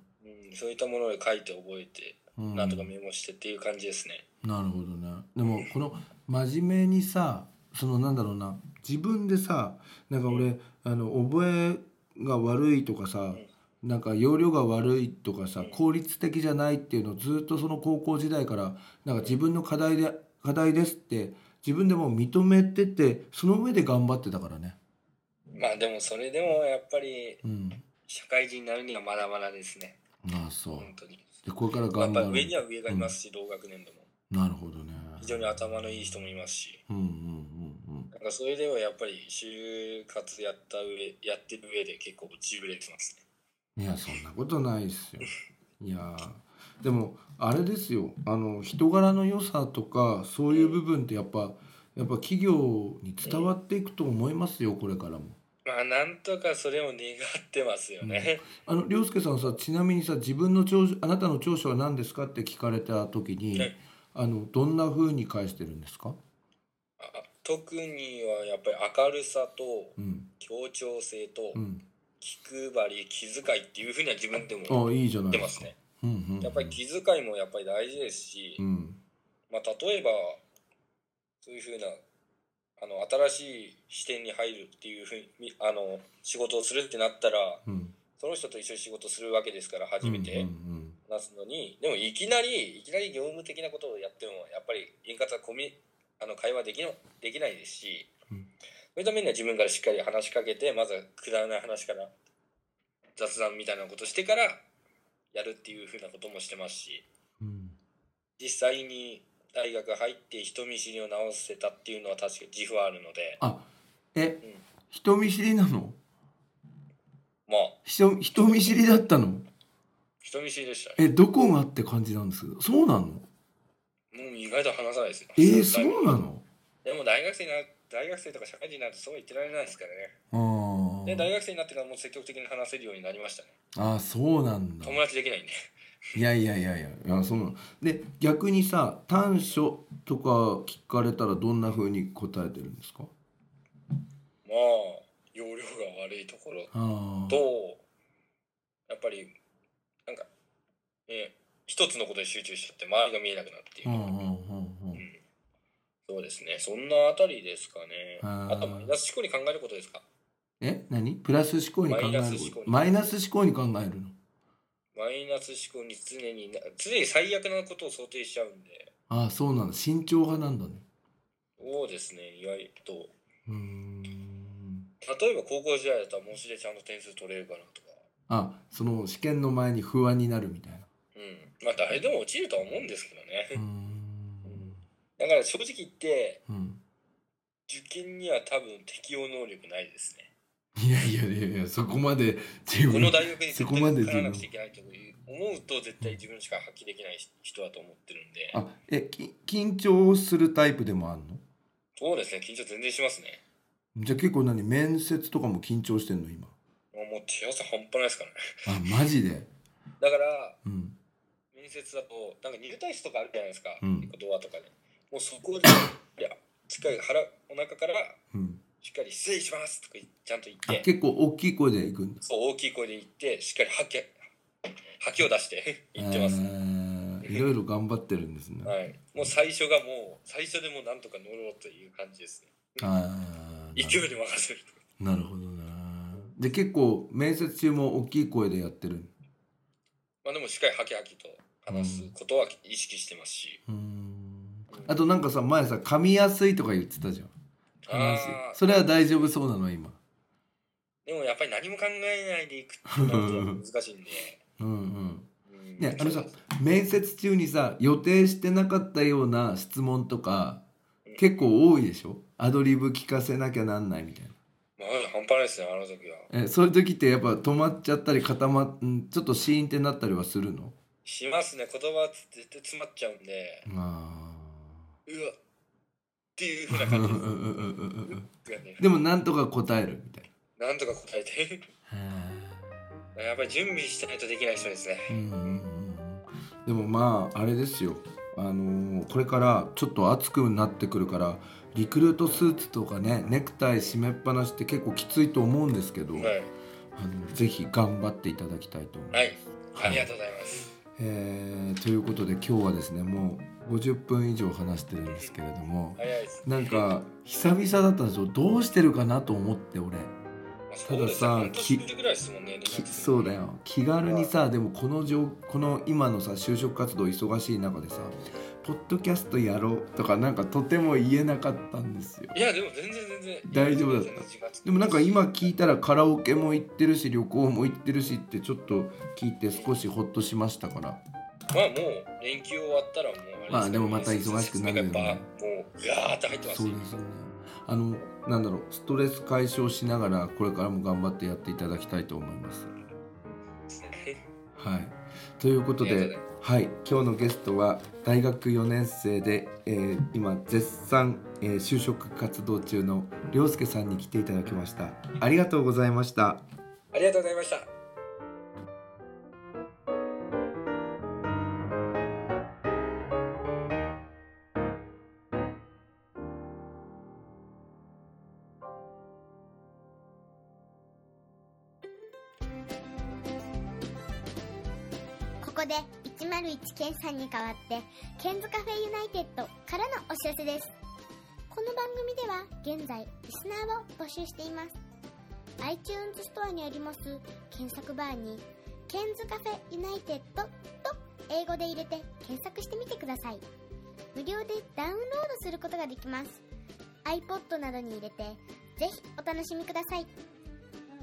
Speaker 3: そういったもので書いて覚えて、
Speaker 2: うん。うん、
Speaker 3: なんとかメモしてっていう感じですね。
Speaker 2: なるほどねでもこの真面目にさそのなんだろうな自分でさなんか俺あの覚えが悪いとかさなんか容量が悪いとかさ効率的じゃないっていうのをずっとその高校時代からなんか自分の課題で課題ですって自分でもう認めててその上で頑張ってたからね。
Speaker 3: まあでもそれでもやっぱり
Speaker 2: うん、
Speaker 3: 社会人になるにはまだまだですね。
Speaker 2: ああそう
Speaker 3: 本当に。
Speaker 2: でこれから
Speaker 3: やっ
Speaker 2: 頑
Speaker 3: ぱ
Speaker 2: 張
Speaker 3: り上
Speaker 2: る
Speaker 3: には上がいますし、同学年でも。
Speaker 2: なるほどね。
Speaker 3: 非常に頭のいい人もいますし。
Speaker 2: うんうんうんうん
Speaker 3: なんかそれではやっぱり就活やった上やってる上で結構落ちぶれてますね。
Speaker 2: いやそんなことないですよ。いやーでもあれですよあの人柄の良さとかそういう部分ってやっぱやっぱ企業に伝わっていくと思いますよこれからも。
Speaker 3: まあなんとかそれを願ってますよね。
Speaker 2: あの涼介さんさちなみにさ自分の長所あなたの長所は何ですかって聞かれた時に
Speaker 3: はい
Speaker 2: あのどんな風に返してるんですか、
Speaker 3: あ特にはやっぱり明るさと
Speaker 2: うん
Speaker 3: 協調性と
Speaker 2: うん、
Speaker 3: 気配り気遣いっていうふうには自分でも言
Speaker 2: あいいじゃない
Speaker 3: って
Speaker 2: で
Speaker 3: ますす
Speaker 2: か。
Speaker 3: ね。
Speaker 2: うんうんうん
Speaker 3: やっぱり気遣いもやっぱり大事ですし
Speaker 2: う、ん
Speaker 3: まあ例えばそういうふうなあの新しい視点に入るっていうふうにあの仕事をするってなったら
Speaker 2: うん
Speaker 3: その人と一緒に仕事するわけですから初めて。
Speaker 2: うんうん
Speaker 3: 話すのにでもいきなりいきなり業務的なことをやってもやっぱり円滑はコミあの会話できのできないですし、
Speaker 2: うん
Speaker 3: そういうためには自分からしっかり話しかけてまずはくだらない話から雑談みたいなことしてからやるっていうふうなこともしてますし
Speaker 2: うんうん
Speaker 3: 実際に大学入って人見知りを直せたっていうのは確か自負はあるので
Speaker 2: あえ
Speaker 3: ん
Speaker 2: 人見知りなの
Speaker 3: まあ
Speaker 2: 人人見知りだったの
Speaker 3: 人見知りでしたね
Speaker 2: えどこがって感じなんですけどそうなの
Speaker 3: もう意外と話さないですね
Speaker 2: えー、そうなの
Speaker 3: でも大学生にな大学生とか社会人になるとそうは言ってられないですからね
Speaker 2: あ
Speaker 3: で大学生になってからもう積極的に話せるようになりましたね
Speaker 2: ーあそうなんだ
Speaker 3: 友達できないんで
Speaker 2: いやいやいやいやいやそうなので逆にさ短所とか聞かれたらどんな風に答えてるんですか
Speaker 3: まあ容量が悪いところ
Speaker 2: あー
Speaker 3: とやっぱりなんか、え一つのことに集中しちゃって周りが見えなくなるっていうう、
Speaker 2: んうんうんうん
Speaker 3: そうですねそんなあたりですかね
Speaker 2: あ
Speaker 3: あ
Speaker 2: ー
Speaker 3: とマイナス思考に考えることですか
Speaker 2: え何プラス思考に考えることマイナス思考に考えるの
Speaker 3: マイナス思考に常にな常に最悪なことを想定しちゃうんで
Speaker 2: ああそうなんだ慎重派なんだね
Speaker 3: そうですね意外と
Speaker 2: うーん
Speaker 3: 例えば高校時代だったら模試でちゃんと点数取れるかなとか
Speaker 2: あその試験の前に不安になるみたいな
Speaker 3: うんまあ誰でも落ちるとは思うんですけど
Speaker 2: うー
Speaker 3: ね、
Speaker 2: ん
Speaker 3: だから正直言って
Speaker 2: うん
Speaker 3: 受験には多分適応能力ないですね
Speaker 2: いやいやいやいやそこまで自
Speaker 3: こ
Speaker 2: 分
Speaker 3: の大学に絶
Speaker 2: そ
Speaker 3: 対
Speaker 2: こまで
Speaker 3: 受
Speaker 2: 自
Speaker 3: から
Speaker 2: 分
Speaker 3: なくちゃいけないという思うと絶対自分しか発揮できない人だと思ってるんで
Speaker 2: あえき緊張するタイプでもあるの
Speaker 3: そうですね緊張全然しますね
Speaker 2: じゃあ結構何面接とかも緊張してんの今
Speaker 3: もう手汗半端ないですからね
Speaker 2: あマジで
Speaker 3: だから
Speaker 2: うん
Speaker 3: 面接だとなんか入退室とかあるじゃないですか、
Speaker 2: うん
Speaker 3: 結構ドアとかでもうそこでいやしっかり腹お腹から
Speaker 2: うん
Speaker 3: しっかり「失礼します」とか言っちゃんと言
Speaker 2: あ
Speaker 3: って
Speaker 2: 結構大きい声で行くんだ
Speaker 3: そう大きい声で言ってしっかり吐き吐きを出して (laughs) 言ってます、
Speaker 2: えーいろいろ頑張ってるんですね
Speaker 3: はい、もう最初がもう最初でもうなんとか乗ろうという感じですね
Speaker 2: あー
Speaker 3: 勢いで任せる
Speaker 2: なるほどなで結構面接中も大きい声でやってる
Speaker 3: まあでもしっかりハキハキと話すことは意識してますし、
Speaker 2: うーんあとなんかさ前さ噛みやすいとか言ってたじゃん
Speaker 3: あ
Speaker 2: 話
Speaker 3: ー
Speaker 2: それは大丈夫そうなの今
Speaker 3: でもやっぱり何も考えないでいくっていうのは難しいんで、
Speaker 2: うんうん
Speaker 3: うん
Speaker 2: ねあのさ面接中にさ予定してなかったような質問とか結構多いでしょアドリブ聞かせなきゃなんないみたいな
Speaker 3: まあ半端ないですねあの時は
Speaker 2: えそういう時ってやっぱ止まっちゃったり固まっんちょっとシーンってなったりはするの
Speaker 3: しますね言葉って絶対詰まっちゃうんで
Speaker 2: あ
Speaker 3: うわっていうふうな
Speaker 2: ーうん
Speaker 3: 感
Speaker 2: うん
Speaker 3: じ
Speaker 2: うんうんうんうん
Speaker 3: ですね
Speaker 2: (laughs) でもなんとか答えるみたい
Speaker 3: なんとか答えて (laughs) やっぱり準備してないとできない人ですね
Speaker 2: な。うんうんうんでもまああれですよ。あのーこれからちょっと暑くなってくるからリクルートスーツとかねネクタイ締めっぱなしって結構きついと思うんですけど、
Speaker 3: はい
Speaker 2: あのぜひ頑張っていただきたいと思います。
Speaker 3: はいありがとうございます
Speaker 2: えーということで今日はですねもう50分以上話してるんですけれども
Speaker 3: 早いです
Speaker 2: なんか久々だったんですよどうしてるかなと思って俺。
Speaker 3: まあそうですね
Speaker 2: たださ
Speaker 3: 半年ぶりぐらいですもんね連絡す
Speaker 2: き
Speaker 3: るの
Speaker 2: そうだよ気軽にさでもこの状この今のさ就職活動忙しい中でさ「ポッドキャストやろう」とかなんかとても言えなかったんですよ
Speaker 3: いやでも全然全然
Speaker 2: 大丈夫だった
Speaker 3: 全然違う
Speaker 2: でもなんか今聞いたらカラオケも行ってるし旅行も行ってるしってちょっと聞いて少しホッとしましたから
Speaker 3: まあもう連休終わったらもうあれすけど
Speaker 2: まあでもまた忙しくなるよね
Speaker 3: やっぱもうガーって入ってます
Speaker 2: そうですよねあのなんだろうストレス解消しながらこれからも頑張ってやっていただきたいと思いますはい、ということ
Speaker 3: (laughs) ありが
Speaker 2: で
Speaker 3: とう
Speaker 2: はい、今日のゲストは大学4年生で、えー今絶賛、えー就職活動中の涼介さんに来ていただきましたありがとうございました
Speaker 3: ありがとうございました
Speaker 1: ここで101ケンさんに代わってケンズカフェユナイテッドからのお知らせですこの番組では現在リスナーを募集しています iTunes ストアにあります検索バーに「ケンズカフェユナイテッド」と英語で入れて検索してみてください無料でダウンロードすることができます iPod などに入れてぜひお楽しみください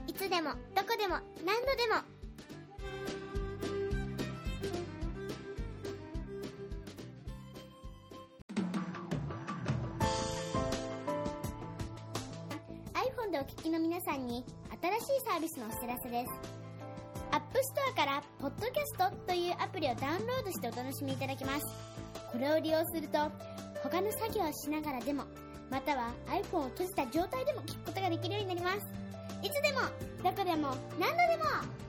Speaker 1: いつでもどこでも何度でもiPhone でお聞きの皆さんに新しいサービスのお知らせですプストアから「ポッドキャスト」というアプリをダウンロードしてお楽しみいただけますこれを利用すると他の作業をしながらでもまたは iPhone を閉じた状態でも聞くことができるようになりますいつでもどこでも何度でも